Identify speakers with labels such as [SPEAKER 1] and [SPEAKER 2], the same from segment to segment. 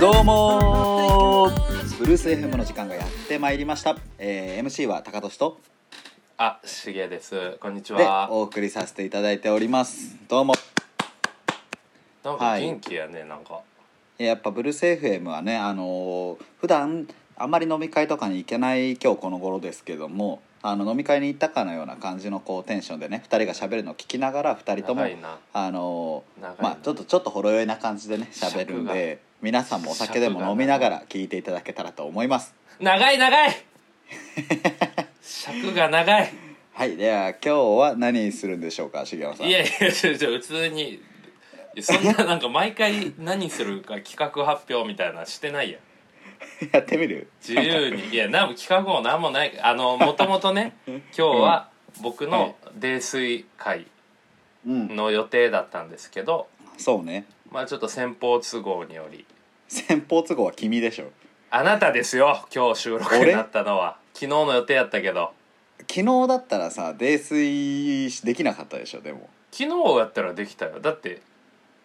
[SPEAKER 1] どうもーブルース FM の時間がやってまいりました、えー MC は高俊と
[SPEAKER 2] あ、しげです。こんにち
[SPEAKER 1] で
[SPEAKER 2] は。
[SPEAKER 1] お送りさせていただいておりますどうも
[SPEAKER 2] なん
[SPEAKER 1] は
[SPEAKER 2] か
[SPEAKER 1] い
[SPEAKER 2] 元気やね、なんか。
[SPEAKER 1] えーやっぱブルース FM はねあのー普段あんまり飲み会とかに行けない今日この頃ですけどもあの飲み会に行ったかのような感じのこうテンションでね2人が喋るのを聞きながら2人とも
[SPEAKER 2] 長いな。
[SPEAKER 1] あのー
[SPEAKER 2] 長いな
[SPEAKER 1] まあちょっとちょっとほろ酔いな感じでね喋るんで皆さんもお酒でも飲みながら聞いていただけたらと思います
[SPEAKER 2] 長い長い 尺が長い
[SPEAKER 1] はいでは今日は何するんでしょうか茂山さん
[SPEAKER 2] いやいや、ちょちょ普通に。そんななんか毎回何するか企画発表みたいなしてないやん
[SPEAKER 1] やってみる
[SPEAKER 2] 自由にいやなんも企画も何もないあのもともと ね今日は僕の泥酔会
[SPEAKER 1] うん
[SPEAKER 2] の予定だったんですけど
[SPEAKER 1] そうね
[SPEAKER 2] まあちょっと先方都合により
[SPEAKER 1] 先方都合は君でしょ
[SPEAKER 2] あなたですよ今日収録になったのは昨日の予定やったけど
[SPEAKER 1] 昨日だったらさ泥酔できなかったでしょでも
[SPEAKER 2] 昨日やったらできたよだって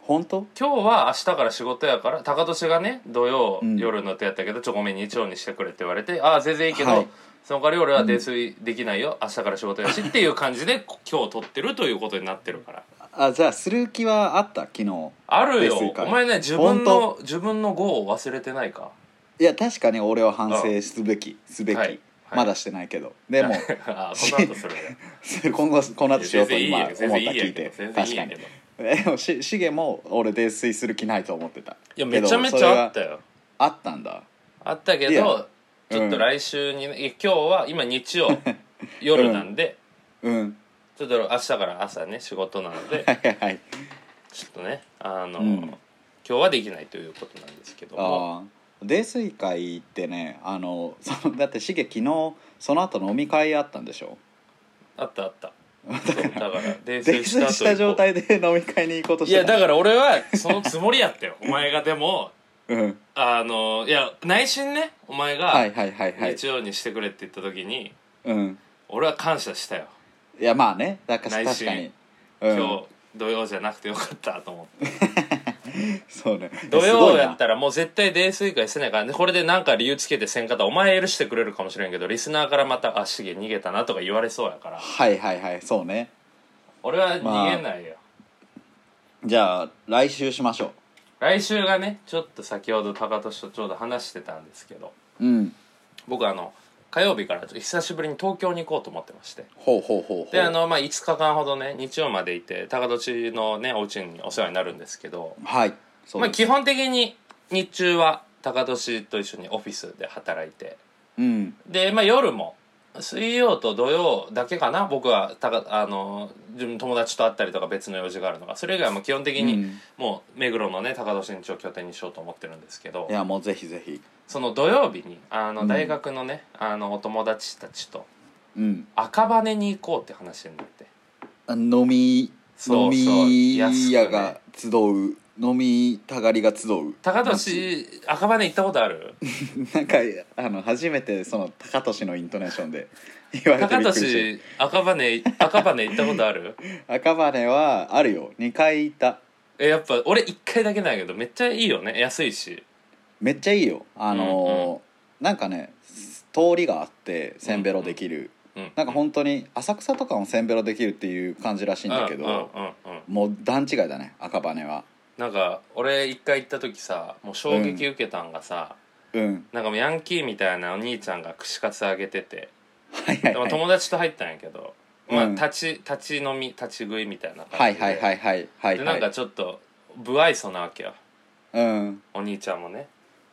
[SPEAKER 1] 本当
[SPEAKER 2] 今日は明日から仕事やから高俊がね土曜
[SPEAKER 1] うん
[SPEAKER 2] 夜の予定やったけど、ちょごめん日曜にしてくれって言われてああ全然いいけど、
[SPEAKER 1] はい
[SPEAKER 2] その代わり俺は泥酔できないよ、明日から仕事やしっていう感じで こ今日撮ってるということになってるから
[SPEAKER 1] あじゃあする気はあった昨日
[SPEAKER 2] あるよ
[SPEAKER 1] 泥酔会
[SPEAKER 2] お前ね自分の自分の号を忘れてないか
[SPEAKER 1] いや確かに俺は反省すべきすべき、
[SPEAKER 2] はいはい
[SPEAKER 1] まだしてないけど でも
[SPEAKER 2] ああこの後するね
[SPEAKER 1] 今後こ の後しよう
[SPEAKER 2] 全
[SPEAKER 1] と
[SPEAKER 2] 然いい
[SPEAKER 1] 今思
[SPEAKER 2] や
[SPEAKER 1] った
[SPEAKER 2] 全然いいや
[SPEAKER 1] 聞い
[SPEAKER 2] け
[SPEAKER 1] て
[SPEAKER 2] ど全然いい
[SPEAKER 1] 確か
[SPEAKER 2] や
[SPEAKER 1] に
[SPEAKER 2] けど
[SPEAKER 1] でもしシゲも俺泥酔する気ないと思ってた
[SPEAKER 2] いやめちゃめち
[SPEAKER 1] けどそれ
[SPEAKER 2] ゃ
[SPEAKER 1] が
[SPEAKER 2] あったよ
[SPEAKER 1] あったんだ
[SPEAKER 2] あったけ
[SPEAKER 1] いや
[SPEAKER 2] どちょっと来週にね、いや今日は今日曜夜なんで、
[SPEAKER 1] うん
[SPEAKER 2] ちょっと明日から朝ね仕事なので
[SPEAKER 1] はいはい
[SPEAKER 2] ちょっとねあの、
[SPEAKER 1] うん
[SPEAKER 2] 今日はできないということなんですけども
[SPEAKER 1] ああ泥酔会ってねあの そのだってシゲ昨日その後飲み会あったんでしょ
[SPEAKER 2] あったあったそうだから泥
[SPEAKER 1] 泥
[SPEAKER 2] 酔
[SPEAKER 1] 酔
[SPEAKER 2] した後
[SPEAKER 1] した状態で 飲み会に行こうと
[SPEAKER 2] い
[SPEAKER 1] して
[SPEAKER 2] やだ
[SPEAKER 1] ら
[SPEAKER 2] から俺はそのつもりやったよお前がでも
[SPEAKER 1] うん
[SPEAKER 2] あのいや内心ねお前
[SPEAKER 1] は
[SPEAKER 2] が
[SPEAKER 1] いはいはいはい
[SPEAKER 2] 日曜にしてくれって言った時に、
[SPEAKER 1] うん
[SPEAKER 2] 俺は感謝したよ、
[SPEAKER 1] いやまあねだから
[SPEAKER 2] 内
[SPEAKER 1] 確
[SPEAKER 2] 心
[SPEAKER 1] かにうん
[SPEAKER 2] 今日土曜じゃなくてよかったと思って。
[SPEAKER 1] そうね
[SPEAKER 2] 土
[SPEAKER 1] すご
[SPEAKER 2] 曜
[SPEAKER 1] いな
[SPEAKER 2] やったらもう絶対泥酔会せないからねこれでなんか理由つけてせんかったらお前許してくれるかもしれんけどリスナーからまた「あしげ逃げたな」とか言われそうやから
[SPEAKER 1] はいはいはいそうね
[SPEAKER 2] 俺は逃げないよ、
[SPEAKER 1] じゃあ来週しましょ
[SPEAKER 2] 来週がねちょっと先ほど高俊とちょうど話してたんですけど
[SPEAKER 1] ううん
[SPEAKER 2] 僕あの火曜日からちょっと久しぶりに東京に行こうと思ってまして
[SPEAKER 1] ほうほうほうほう
[SPEAKER 2] であのまあ5日間ほどね日曜までいて高俊のねお家にお世話になるんですけど
[SPEAKER 1] はいそう
[SPEAKER 2] まあ
[SPEAKER 1] です
[SPEAKER 2] 基本的に日中は高俊と一緒にオフィスで働いて
[SPEAKER 1] うん
[SPEAKER 2] で、まあ、夜も水曜と土曜だけかな僕はたかあの自分の友達と会ったりとか別の用事があるのがそれ以外はもう基本的に、
[SPEAKER 1] うん
[SPEAKER 2] もう目黒のね高田身長拠点にしようと思ってるんですけど
[SPEAKER 1] いやもうぜひぜひ
[SPEAKER 2] その土曜日にあ
[SPEAKER 1] う
[SPEAKER 2] の
[SPEAKER 1] ん
[SPEAKER 2] 大学のね、あのお友達たちと
[SPEAKER 1] うん
[SPEAKER 2] 赤羽に行こうって話になって
[SPEAKER 1] あ飲み
[SPEAKER 2] そうそう
[SPEAKER 1] 飲み屋
[SPEAKER 2] 安く
[SPEAKER 1] が
[SPEAKER 2] ね
[SPEAKER 1] 集う飲みたがりが集う
[SPEAKER 2] 高俊赤羽行ったことある
[SPEAKER 1] なんかあの初めてその高俊のイントネーションで 言われて
[SPEAKER 2] 高
[SPEAKER 1] びっくりして
[SPEAKER 2] 俊赤羽赤羽行ったことある
[SPEAKER 1] 赤羽はあるよ2回行った
[SPEAKER 2] えやっぱ俺1回だけなんやけどめっちゃいいよね安いし
[SPEAKER 1] めっちゃいいよあのーなんかね通りがあってせんべろできる、
[SPEAKER 2] うん
[SPEAKER 1] なんか本当に浅草とかもせんべろできるっていう感じらしいんだけど、
[SPEAKER 2] うんうんうんうん
[SPEAKER 1] もう段違いだね赤羽は
[SPEAKER 2] なんか俺一回行った時さもう衝撃受けたんがさ、
[SPEAKER 1] うん
[SPEAKER 2] なんかもうヤンキーみたいなお兄ちゃんが串カツあげてて、
[SPEAKER 1] はいはい
[SPEAKER 2] まあ
[SPEAKER 1] はい
[SPEAKER 2] 友達と入ったんやけど、まあ
[SPEAKER 1] うん
[SPEAKER 2] 立ち立ち飲み立ち食いみたいな
[SPEAKER 1] は
[SPEAKER 2] 感
[SPEAKER 1] い
[SPEAKER 2] じで,、
[SPEAKER 1] はいはいはいはい
[SPEAKER 2] でなんかちょっと不愛想なわけよ
[SPEAKER 1] うん
[SPEAKER 2] お兄ちゃんもね、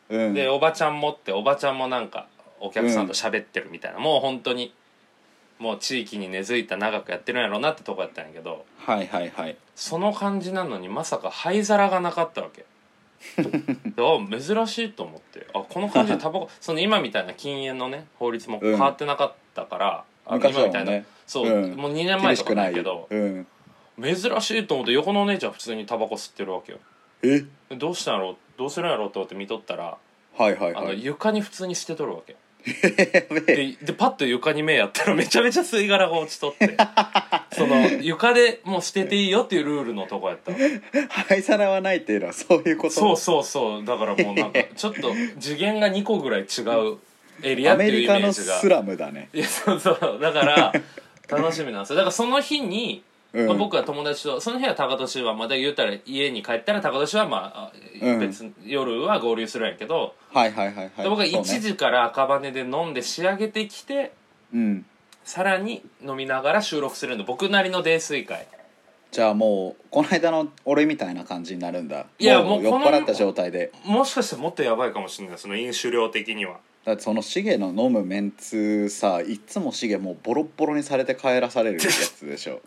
[SPEAKER 1] うん
[SPEAKER 2] でおばちゃんもっておばちゃんもなんかお客さんと喋ってるみたいな、もう本当にもう地域に根付いた長くやってるんやろうなってとこやったんやけど
[SPEAKER 1] はいはいはい
[SPEAKER 2] その感じなのにまさか灰皿がなかったわ けであ珍しいと思ってあこの感じでタバ コその今みたいな禁煙のね法律も変わってなかったから、あの
[SPEAKER 1] 昔
[SPEAKER 2] 今
[SPEAKER 1] は
[SPEAKER 2] み
[SPEAKER 1] も
[SPEAKER 2] た
[SPEAKER 1] う
[SPEAKER 2] いな
[SPEAKER 1] ね
[SPEAKER 2] そう、
[SPEAKER 1] うん
[SPEAKER 2] もう2年前
[SPEAKER 1] 厳
[SPEAKER 2] と
[SPEAKER 1] し
[SPEAKER 2] か
[SPEAKER 1] く
[SPEAKER 2] な
[SPEAKER 1] なんい
[SPEAKER 2] やけど
[SPEAKER 1] うん、
[SPEAKER 2] 珍しいと思って横のお姉ちゃん普通にタバコ吸ってるわけよ
[SPEAKER 1] え
[SPEAKER 2] でどうしたんやろうどうするんやろうと思って見とったら
[SPEAKER 1] はいはい
[SPEAKER 2] あ
[SPEAKER 1] は
[SPEAKER 2] の
[SPEAKER 1] い
[SPEAKER 2] 床に普通に捨てとる わけ
[SPEAKER 1] やべえ
[SPEAKER 2] ででパッと床に目やったらめちゃめちゃ吸い殻が落ちとってその床でもう捨てていいよっていうルールのとこやったわ
[SPEAKER 1] 灰皿はないっていうのはそういうこと
[SPEAKER 2] そうそうそうだからもうなんかちょっと次元が2個ぐらい違うエリア
[SPEAKER 1] ア
[SPEAKER 2] って
[SPEAKER 1] メ
[SPEAKER 2] いう
[SPEAKER 1] リ
[SPEAKER 2] イ
[SPEAKER 1] カ
[SPEAKER 2] メー
[SPEAKER 1] の
[SPEAKER 2] ジが
[SPEAKER 1] スラムだね、
[SPEAKER 2] いやそうそうだから楽しみなんですよだからその日に、
[SPEAKER 1] うん
[SPEAKER 2] まあ、僕は友達とその日は高年はまた言うたら家に帰ったら高年はま
[SPEAKER 1] う
[SPEAKER 2] あ
[SPEAKER 1] ん
[SPEAKER 2] 別、に夜は合流するんやけど、
[SPEAKER 1] はいはいはいはい
[SPEAKER 2] で僕は
[SPEAKER 1] そうね
[SPEAKER 2] 1時から赤羽で飲んで仕上げてきて
[SPEAKER 1] うん
[SPEAKER 2] さらに飲みながら収録するの僕なりの泥酔会
[SPEAKER 1] じゃあもうこの間の俺みたいな感じになるんだ
[SPEAKER 2] いやもう
[SPEAKER 1] 酔っ
[SPEAKER 2] この
[SPEAKER 1] 払った状態で
[SPEAKER 2] もしかしてもっとやばいかもしれないその飲酒量的には
[SPEAKER 1] だってそのシゲの飲むメンツさいっつもシゲもうボロッボロにされて帰らされるやつでしょ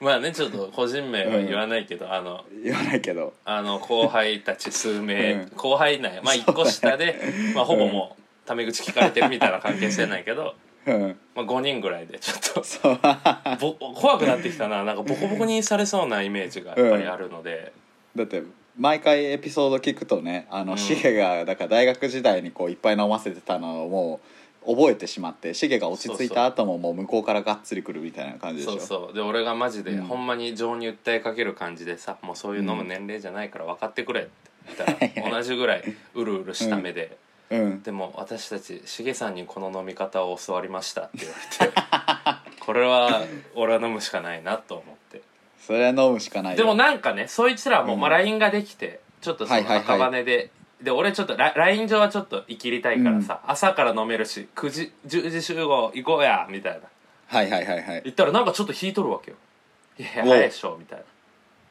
[SPEAKER 2] まあねちょっと個人名は言わないけど、あの
[SPEAKER 1] 言わないけど
[SPEAKER 2] あの後輩たち数名、
[SPEAKER 1] うん
[SPEAKER 2] 後輩内まあ1個下で、まあ、ほぼもうタメ口聞かれてるみたいな関係性ないけど、
[SPEAKER 1] うん
[SPEAKER 2] まあ、5人ぐらいでちょっと
[SPEAKER 1] そう
[SPEAKER 2] ぼ怖くなってきたななんかボコボコにされそうなイメージがやっぱりあるので、
[SPEAKER 1] だって毎回エピソード聞くとねあ
[SPEAKER 2] う
[SPEAKER 1] の
[SPEAKER 2] ん
[SPEAKER 1] シゲがだから大学時代にこういっぱい飲ませてたのをもう覚えてしまってシゲが落ち着いた後ももう向こうからがっつり来るみたいな感じでしょ
[SPEAKER 2] そうそうで俺がマジで、
[SPEAKER 1] うん
[SPEAKER 2] ほんまに情に訴えかける感じでさもうそういう飲む年齢じゃないから分かってくれって言ったら同じぐらいうるうるした目で。
[SPEAKER 1] うん
[SPEAKER 2] でも私たちしげさんにこの飲み方を教わりましたって言われてこれは俺は飲むしかないなと思って
[SPEAKER 1] それは飲むしかないよ
[SPEAKER 2] でもなんかねそいつらも
[SPEAKER 1] うん
[SPEAKER 2] まあ LINE ができてちょっとそ
[SPEAKER 1] はい
[SPEAKER 2] の
[SPEAKER 1] はいはい
[SPEAKER 2] 赤羽でで俺ちょっとラ LINE 上はちょっと生きりたいからさ朝から飲めるし9時10時集合行こうやみたいな
[SPEAKER 1] はいはいはいはい
[SPEAKER 2] 言ったらなんかちょっと引いとるわけよいや
[SPEAKER 1] お
[SPEAKER 2] 早いでしょみたい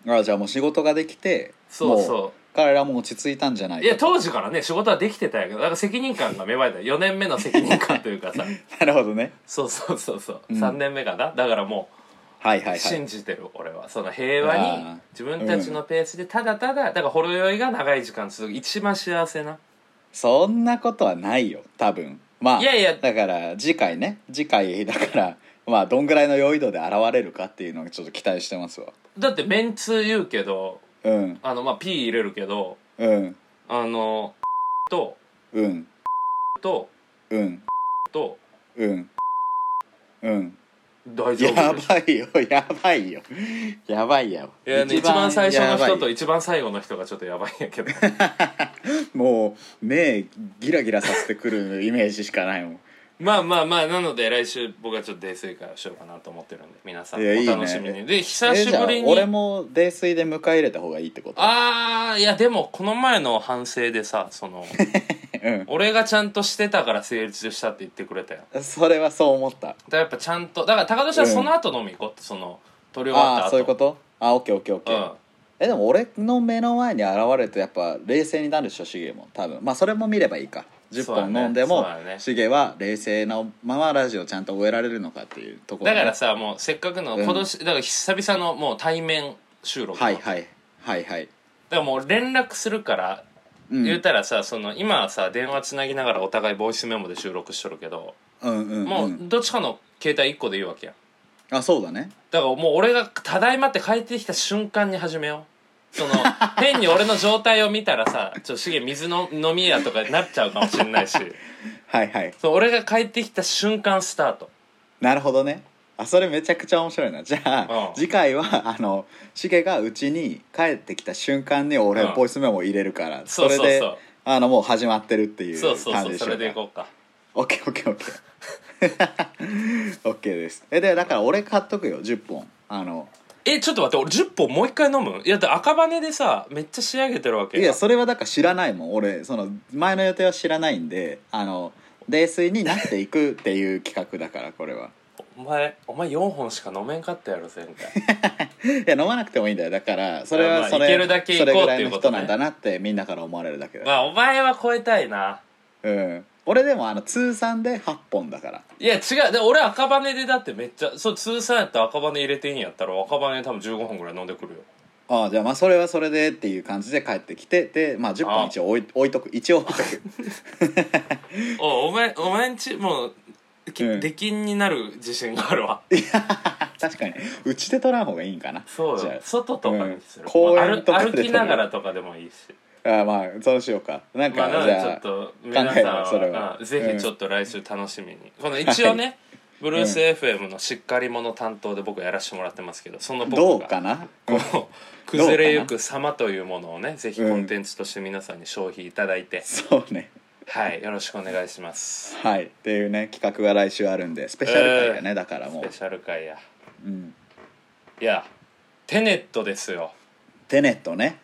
[SPEAKER 2] な
[SPEAKER 1] あじゃあもう仕事ができて
[SPEAKER 2] そう
[SPEAKER 1] もう
[SPEAKER 2] そ
[SPEAKER 1] 彼らも落ち着いたんじゃな
[SPEAKER 2] う
[SPEAKER 1] い
[SPEAKER 2] いや当時からね仕事はできてたんやけどなんか責任感が芽生えた4年目の責任感という かさ
[SPEAKER 1] なるほどね
[SPEAKER 2] そうそうそうそう、
[SPEAKER 1] うん
[SPEAKER 2] 3年目かなだからもう
[SPEAKER 1] はいはいはい
[SPEAKER 2] 信じてる俺はその平和
[SPEAKER 1] あ
[SPEAKER 2] に
[SPEAKER 1] ー
[SPEAKER 2] 自分たちのペースでただただだからほろ酔いが長い時間続く一番幸せな
[SPEAKER 1] そんなことはないよ多分まあ
[SPEAKER 2] いやいや
[SPEAKER 1] だから次回ね次回だからまあどんぐらいの酔い度で現れるかっていうのをちょっと期待してますわ
[SPEAKER 2] だってメンツ言うけど
[SPEAKER 1] うん
[SPEAKER 2] あのまあ P 入れるけど
[SPEAKER 1] うん
[SPEAKER 2] あのと
[SPEAKER 1] うん
[SPEAKER 2] と
[SPEAKER 1] うん
[SPEAKER 2] と
[SPEAKER 1] うんうん
[SPEAKER 2] 大丈
[SPEAKER 1] や
[SPEAKER 2] 夫でしょ
[SPEAKER 1] ばいよやばいよやばいよ
[SPEAKER 2] いやね一番最初の人と
[SPEAKER 1] や
[SPEAKER 2] 一番最後の人がちょっとやばいんやけど
[SPEAKER 1] ばいもう目ギラギラさせてくるイメージしかないもん
[SPEAKER 2] まあまあまあなので来週僕はちょっと泥酔会をしようかなと思ってるんで皆さんお
[SPEAKER 1] いやいいね
[SPEAKER 2] 楽しみにで久しぶ
[SPEAKER 1] え
[SPEAKER 2] り
[SPEAKER 1] じゃあ俺
[SPEAKER 2] に
[SPEAKER 1] も泥酔で迎え入れた方がいいってこと
[SPEAKER 2] ああいやでもこの前の反省でさその
[SPEAKER 1] う
[SPEAKER 2] 俺がちゃんとしてたから成立したって言ってくれたよだか
[SPEAKER 1] んそれはそう思った
[SPEAKER 2] らやっぱちゃんとだから高田さん
[SPEAKER 1] うん
[SPEAKER 2] その後飲み行こうってその取り終わった後
[SPEAKER 1] ああそういうことあオッケーオッケーオッケ
[SPEAKER 2] う
[SPEAKER 1] ー、
[SPEAKER 2] ん
[SPEAKER 1] えでも俺の目の前に現れてやっぱ冷静になるでしょシゲも多分まあそれも見ればいいか10
[SPEAKER 2] そうだ
[SPEAKER 1] 本
[SPEAKER 2] ね
[SPEAKER 1] 飲んで
[SPEAKER 2] そ
[SPEAKER 1] も
[SPEAKER 2] うだね
[SPEAKER 1] シゲは冷静なままラジオちゃんと終えられるのかっていうところ
[SPEAKER 2] だ
[SPEAKER 1] ね、
[SPEAKER 2] からさもうせっかくの
[SPEAKER 1] うん
[SPEAKER 2] 今年、だから久々のもう対面収録、
[SPEAKER 1] はい
[SPEAKER 2] だか
[SPEAKER 1] はいはいはい、
[SPEAKER 2] らもう連絡するから、
[SPEAKER 1] うん、
[SPEAKER 2] 言うたらさその今はさ電話つなぎながらお互いボイスメモで収録しとるけど、
[SPEAKER 1] うんうん、うん、
[SPEAKER 2] もうどっちかの携帯1個でいいわけやん
[SPEAKER 1] あそうだね
[SPEAKER 2] だからもう俺が「ただいま」って帰ってきた瞬間に始めよう その変に俺の状態を見たらさ「ちょしげ水の飲みや」とかになっちゃうかもしれないし
[SPEAKER 1] はいはい
[SPEAKER 2] そう俺が帰ってきた瞬間スタート
[SPEAKER 1] なるほどねあそれめちゃくちゃ面白いなじゃあ、
[SPEAKER 2] うん
[SPEAKER 1] 次回はあのシゲがうちに帰ってきた瞬間に俺
[SPEAKER 2] うん
[SPEAKER 1] ボイスメモを入れるから、
[SPEAKER 2] そうそう
[SPEAKER 1] れで
[SPEAKER 2] そう
[SPEAKER 1] あのもう始まってるっていう
[SPEAKER 2] そうそう
[SPEAKER 1] 感
[SPEAKER 2] そ
[SPEAKER 1] じ
[SPEAKER 2] う
[SPEAKER 1] でしょ
[SPEAKER 2] そう
[SPEAKER 1] か
[SPEAKER 2] れでいこうか
[SPEAKER 1] オッケーオッケーオッケー オッケーですえでだから俺買っとくよ10本あの
[SPEAKER 2] えちょっと待って俺10本もう一回飲むいやだって赤羽でさめっちゃ仕上げてるわけ
[SPEAKER 1] いやそれはだから知らないもん俺その前の予定は知らないんであの泥酔になっていくっていう企画だからこれは
[SPEAKER 2] お前お前4本しか飲めんかったやろ前回
[SPEAKER 1] いや飲まなくてもいいんだよだからそれ
[SPEAKER 2] ま
[SPEAKER 1] は
[SPEAKER 2] あ
[SPEAKER 1] それ,、
[SPEAKER 2] いけるだけ行
[SPEAKER 1] それ
[SPEAKER 2] こう
[SPEAKER 1] ぐ
[SPEAKER 2] っ
[SPEAKER 1] ら
[SPEAKER 2] て
[SPEAKER 1] い
[SPEAKER 2] いう
[SPEAKER 1] の
[SPEAKER 2] こと
[SPEAKER 1] 人
[SPEAKER 2] ね
[SPEAKER 1] なんだなってみんなから思われるだけだ
[SPEAKER 2] まあお前は超えたいな
[SPEAKER 1] うん俺でもあの通算で8本だから
[SPEAKER 2] いや違うで俺赤羽でだってめっちゃそう通算やったら赤羽入れていいんやったら赤羽で多分15本ぐらい飲んでくるよ
[SPEAKER 1] ああじゃあまあそれはそれでっていう感じで帰ってきてでまあ10
[SPEAKER 2] ああ
[SPEAKER 1] 本一応置い置いとく一応置いとく
[SPEAKER 2] おお前お前んちもうき
[SPEAKER 1] うん
[SPEAKER 2] 出禁になる自信があるわ
[SPEAKER 1] 確かにうちで取らん方がいいんかな
[SPEAKER 2] そう
[SPEAKER 1] じゃ
[SPEAKER 2] よ
[SPEAKER 1] あ
[SPEAKER 2] 外とかにする、
[SPEAKER 1] うん公
[SPEAKER 2] まあ
[SPEAKER 1] 園とかで
[SPEAKER 2] 歩歩きながらとかでもいいし
[SPEAKER 1] ああまあそうしようかなん
[SPEAKER 2] ま
[SPEAKER 1] か、
[SPEAKER 2] あなの
[SPEAKER 1] じ
[SPEAKER 2] でちょ
[SPEAKER 1] ゃ
[SPEAKER 2] っ
[SPEAKER 1] あ
[SPEAKER 2] と
[SPEAKER 1] 考
[SPEAKER 2] 皆さ
[SPEAKER 1] え
[SPEAKER 2] ん
[SPEAKER 1] ようそれは
[SPEAKER 2] は、うんぜひちょっと来週楽しみに、この一応ね、ブルース FM のしっかり者担当で僕やらせてもらってますけどその
[SPEAKER 1] どう
[SPEAKER 2] 僕が
[SPEAKER 1] かな
[SPEAKER 2] この崩れゆく様というものをねぜひコンテンツとして皆さんに消費いただいて、
[SPEAKER 1] そうね
[SPEAKER 2] はいよろしくお願いします
[SPEAKER 1] はいっていうね企画が来週あるんでスペシャル会だね、だから
[SPEAKER 2] ス
[SPEAKER 1] も
[SPEAKER 2] ペシャル会や
[SPEAKER 1] う、うん、
[SPEAKER 2] いやテネットですよ
[SPEAKER 1] テネットね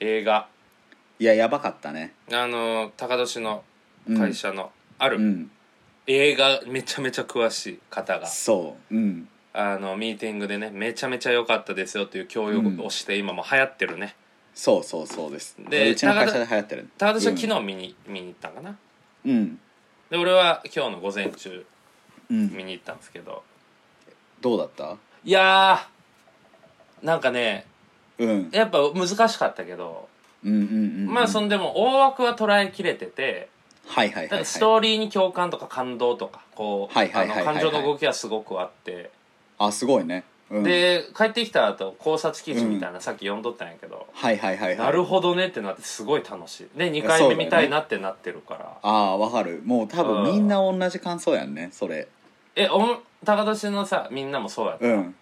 [SPEAKER 2] 映画
[SPEAKER 1] いややばかったね
[SPEAKER 2] あの高年の会社のあ
[SPEAKER 1] う
[SPEAKER 2] る
[SPEAKER 1] ん
[SPEAKER 2] 映画めちゃめちゃ詳しい方が
[SPEAKER 1] そううん
[SPEAKER 2] あのミーティングでねめちゃめちゃ良かったですよという教育をして今も流行ってるね
[SPEAKER 1] そうそうそうです
[SPEAKER 2] で
[SPEAKER 1] うちの会社で流行ってる
[SPEAKER 2] 高年は昨日見に見に行ったんかな
[SPEAKER 1] うん、
[SPEAKER 2] で俺は今日の午前中
[SPEAKER 1] うん、
[SPEAKER 2] 見に行ったんですけど
[SPEAKER 1] どうだった
[SPEAKER 2] いやーなんかね
[SPEAKER 1] うん
[SPEAKER 2] やっぱ難しかったけど
[SPEAKER 1] うんうんうん
[SPEAKER 2] まあそのでも大枠は捉えきれてて
[SPEAKER 1] はいはい
[SPEAKER 2] た
[SPEAKER 1] はい、は
[SPEAKER 2] だ
[SPEAKER 1] い、
[SPEAKER 2] ストーリーに共感とか感動とかこう
[SPEAKER 1] はいは
[SPEAKER 2] あ
[SPEAKER 1] いはいは
[SPEAKER 2] の
[SPEAKER 1] いはい
[SPEAKER 2] 感情の動きがすごくあって
[SPEAKER 1] あすごいね、うん、
[SPEAKER 2] で帰ってきた後考察記事みたいなさっき読んどったんやけど
[SPEAKER 1] はいはい はいはい
[SPEAKER 2] なるほどねってなってすごい楽しいで2回目見たいなってなってるから、
[SPEAKER 1] ああわかるもう多分みんな同じ感想やんねそれ
[SPEAKER 2] えおん高年のさみんなもそうやった、
[SPEAKER 1] うん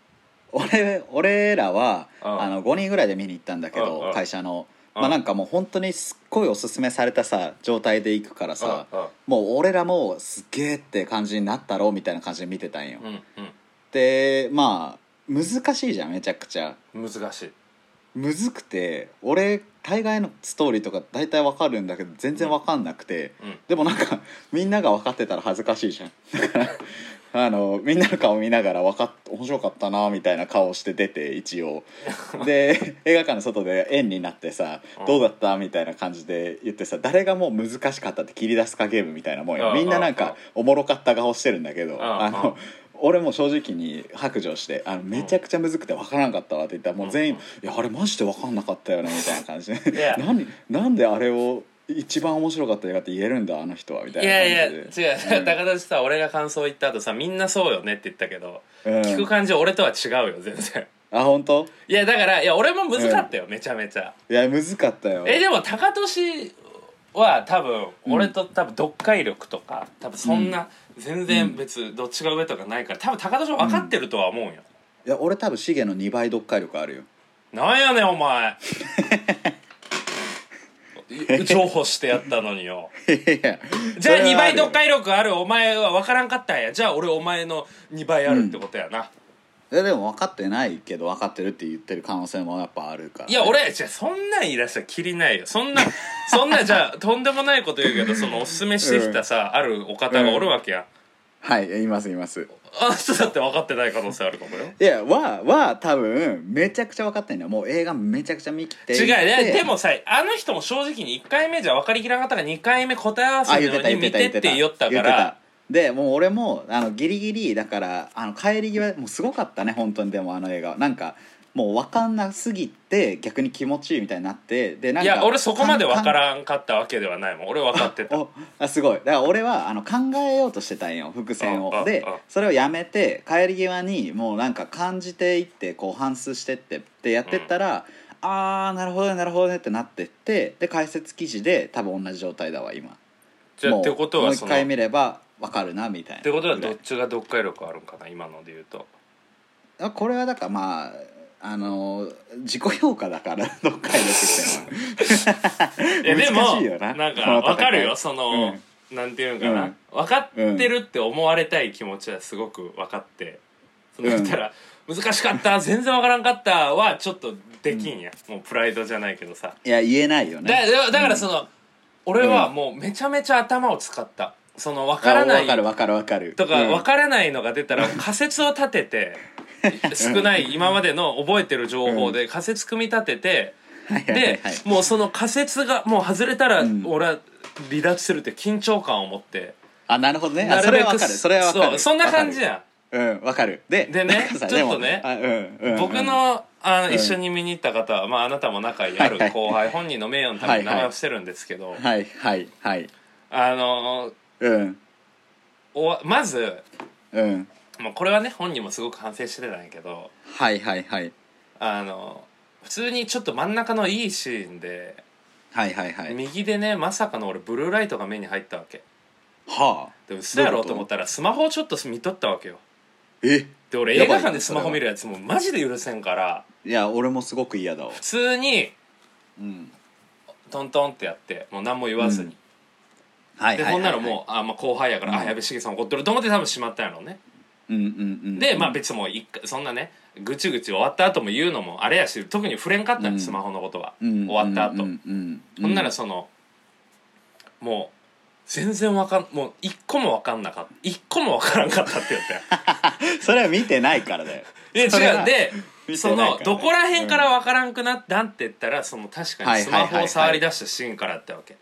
[SPEAKER 1] 俺俺らは
[SPEAKER 2] うん
[SPEAKER 1] あの5人ぐらいで見に行ったんだけ
[SPEAKER 2] うんう
[SPEAKER 1] ど
[SPEAKER 2] ん
[SPEAKER 1] 会社の
[SPEAKER 2] うん
[SPEAKER 1] まあなんかもう本当にすっごいおすすめされたさ状態で行くからさ
[SPEAKER 2] うん
[SPEAKER 1] もう俺らもすっげえって感じになったろうみたいな感じで見てたんよ
[SPEAKER 2] うん
[SPEAKER 1] でまあ難しいじゃんめちゃくちゃ
[SPEAKER 2] うん難しい
[SPEAKER 1] むずくて俺大概のストーリーとか大体わかるんだけど全然わかんなくて、
[SPEAKER 2] うん
[SPEAKER 1] でもなんかみんなが分かってたら恥ずかしいじゃんだからあのみんなの顔見ながら分かっ面白かったなみたいな顔して出て一応で映画館の外で円になってさ
[SPEAKER 2] うん
[SPEAKER 1] どうだったみたいな感じで言ってさ誰がもう難しかったって切り出すかゲームみたいなもん
[SPEAKER 2] う
[SPEAKER 1] よ
[SPEAKER 2] ん
[SPEAKER 1] みんななんかおもろかった顔してるんだけ
[SPEAKER 2] う
[SPEAKER 1] ど
[SPEAKER 2] ん
[SPEAKER 1] あ
[SPEAKER 2] うん
[SPEAKER 1] の俺も正直に白状して「あのめちゃくちゃむずくて分からんかったわ」って言ったらもう全員
[SPEAKER 2] うん
[SPEAKER 1] 「いやあれマジで分かんなかったよね」みたいな感じで
[SPEAKER 2] いや
[SPEAKER 1] 「何なんであれを一番面白かった映画って言えるんだあの人は」みたい
[SPEAKER 2] い
[SPEAKER 1] な
[SPEAKER 2] や
[SPEAKER 1] 感
[SPEAKER 2] い
[SPEAKER 1] じ
[SPEAKER 2] や
[SPEAKER 1] で
[SPEAKER 2] 違う、
[SPEAKER 1] うん
[SPEAKER 2] 高田さ俺が感想言った後さみんなそうよねって言ったけど、
[SPEAKER 1] うん
[SPEAKER 2] 聞く感じ俺とは違うよ全然
[SPEAKER 1] あ本当
[SPEAKER 2] いやだからいや俺も難かったよ、めちゃめちゃ
[SPEAKER 1] いやむずかったよ
[SPEAKER 2] えでも高俊は多分
[SPEAKER 1] うん
[SPEAKER 2] 俺と多分読解力とか多分そんな全然別どっちが上とかないから多分高俊は分かってるとは思うよ、
[SPEAKER 1] いや俺多分シゲの2倍読解力あるよ
[SPEAKER 2] なんやねんお前 い譲歩してやったのによ じゃあ2倍読解力あるお前は分からんかったんやじゃあ俺お前の2倍あるってことやな、
[SPEAKER 1] えでも分かってないけど分かってるって言ってる可能性もやっぱあるからね、
[SPEAKER 2] いや俺じゃあそんなん言い出したらきりないよそ んなそんなじゃあとんでもないこと言うけどそのおすすめしてきたさ、あるお方がおるわけや、
[SPEAKER 1] はい言います言います
[SPEAKER 2] あの人だって分かってない可能性あるかもよ
[SPEAKER 1] いやはは多分めちゃくちゃ分かってんだよもう映画めちゃくちゃ見きてい
[SPEAKER 2] 違
[SPEAKER 1] て
[SPEAKER 2] うねでもさあの人も正直に1回目じゃ分かりきらなかったから2回目答え合わ
[SPEAKER 1] あ
[SPEAKER 2] せ
[SPEAKER 1] 言
[SPEAKER 2] る
[SPEAKER 1] って
[SPEAKER 2] の
[SPEAKER 1] た
[SPEAKER 2] に
[SPEAKER 1] 言って
[SPEAKER 2] 見て
[SPEAKER 1] た言っ
[SPEAKER 2] ってて
[SPEAKER 1] た
[SPEAKER 2] 言ったか
[SPEAKER 1] 言って
[SPEAKER 2] ら
[SPEAKER 1] たでもう俺もあのギリギリだからあの帰り際もうすごかったね本当にでもあの映画はなんかもう分かんなすぎて逆に気持ちいいみたいになってでなん
[SPEAKER 2] い
[SPEAKER 1] か
[SPEAKER 2] や俺そこまで分か
[SPEAKER 1] ん
[SPEAKER 2] らんかったわけではないもん俺分かってた
[SPEAKER 1] おあすごいだから俺はあの考えようとしてたんよ伏線
[SPEAKER 2] ああ
[SPEAKER 1] をで
[SPEAKER 2] あ
[SPEAKER 1] それをやめて帰り際にもうなんか感じていってこう反数してってってやってったら、あーなるほどねなるほどねってなってってで解説記事で多分同じ状態だわ今
[SPEAKER 2] じゃあ
[SPEAKER 1] もう
[SPEAKER 2] ってことは
[SPEAKER 1] もう
[SPEAKER 2] そ
[SPEAKER 1] 一
[SPEAKER 2] の
[SPEAKER 1] 回
[SPEAKER 2] っ
[SPEAKER 1] 見ればわかるなみたいな
[SPEAKER 2] てことはど
[SPEAKER 1] ぐら
[SPEAKER 2] っ
[SPEAKER 1] い
[SPEAKER 2] ちが読解力あるんかな今ので言う と
[SPEAKER 1] あこれはだからまああの自己評価だから 読解力っ
[SPEAKER 2] え
[SPEAKER 1] ていう
[SPEAKER 2] で
[SPEAKER 1] の
[SPEAKER 2] も
[SPEAKER 1] は難しいよな
[SPEAKER 2] なん
[SPEAKER 1] この
[SPEAKER 2] か
[SPEAKER 1] 戦い
[SPEAKER 2] 分かるよその、なんていうんかな、
[SPEAKER 1] うん
[SPEAKER 2] 分かってるって思われたい気持ちはすごく分かってその
[SPEAKER 1] うん
[SPEAKER 2] 言ったら、難しか った全然分からんかったはちょっとできんや、もうプライドじゃないけどさ
[SPEAKER 1] いや言えないよね
[SPEAKER 2] だだだからその、俺はもうめちゃめちゃ頭を使ったその分からな
[SPEAKER 1] わかる
[SPEAKER 2] い
[SPEAKER 1] わかるわかる
[SPEAKER 2] とか
[SPEAKER 1] うん
[SPEAKER 2] 分からないのが出 たら仮説を立てて少ない今までの覚えてる情報で仮説組み立てて
[SPEAKER 1] はいはいはい
[SPEAKER 2] で
[SPEAKER 1] はい
[SPEAKER 2] もうその仮説がもう外れたら
[SPEAKER 1] うん
[SPEAKER 2] 俺は離脱するって緊張感を持って
[SPEAKER 1] あなるほどねあそれはわかるそれはわか
[SPEAKER 2] そう
[SPEAKER 1] る
[SPEAKER 2] そんな感じ
[SPEAKER 1] わ
[SPEAKER 2] や
[SPEAKER 1] かるうんわかるで
[SPEAKER 2] でね
[SPEAKER 1] なんかさ
[SPEAKER 2] ちょっとね
[SPEAKER 1] でもあうんうん
[SPEAKER 2] ん僕
[SPEAKER 1] うん
[SPEAKER 2] のあの
[SPEAKER 1] うん
[SPEAKER 2] 一緒に見に行った方はまああなたも仲いいある
[SPEAKER 1] はいはい
[SPEAKER 2] 後輩本人の名誉のために名
[SPEAKER 1] はい
[SPEAKER 2] 前
[SPEAKER 1] は
[SPEAKER 2] を
[SPEAKER 1] い
[SPEAKER 2] してるんですけど
[SPEAKER 1] はいはいはい
[SPEAKER 2] あの
[SPEAKER 1] うん
[SPEAKER 2] おわまず
[SPEAKER 1] うん
[SPEAKER 2] まあこれはね本人もすごく反省してたんやけど
[SPEAKER 1] はいはいはい
[SPEAKER 2] あの普通にちょっと真ん中のいいシーンで
[SPEAKER 1] はいはいはい
[SPEAKER 2] 右でねまさかの俺ブルーライトが目に入ったわけ
[SPEAKER 1] はあ
[SPEAKER 2] でも嘘やろうと思ったらスマホをちょっと見とったわけよ
[SPEAKER 1] え
[SPEAKER 2] で俺映画館でスマホ見るやつもマジで許せんから
[SPEAKER 1] いや俺もすごく嫌だわ
[SPEAKER 2] 普通に
[SPEAKER 1] うん
[SPEAKER 2] トントンってやってもう何も言わずに、
[SPEAKER 1] はい
[SPEAKER 2] で
[SPEAKER 1] はいはいはい
[SPEAKER 2] ほんならもうあ、まあ、後輩やから、
[SPEAKER 1] うん
[SPEAKER 2] あ矢部茂さん怒ってると思って多分しまったんやろうね、
[SPEAKER 1] うんうんうん
[SPEAKER 2] でまあ別にもう一回そんなねぐちぐち終わった後も言うのもあれやし特に触れんかったの、
[SPEAKER 1] うん
[SPEAKER 2] スマホのことは、
[SPEAKER 1] うん
[SPEAKER 2] 終わった後、
[SPEAKER 1] うんうんう
[SPEAKER 2] ほんならそのもう全然わかんもう一個もわかんなかった一個もわからんかったって言 っ
[SPEAKER 1] それは見てないか らだよそ
[SPEAKER 2] て
[SPEAKER 1] れ
[SPEAKER 2] で違
[SPEAKER 1] は
[SPEAKER 2] うで
[SPEAKER 1] 見て
[SPEAKER 2] そ
[SPEAKER 1] ないからね
[SPEAKER 2] のどこら辺からわからんくなったんって言ったらその確かにスマホを触り出したシーンからやったわけ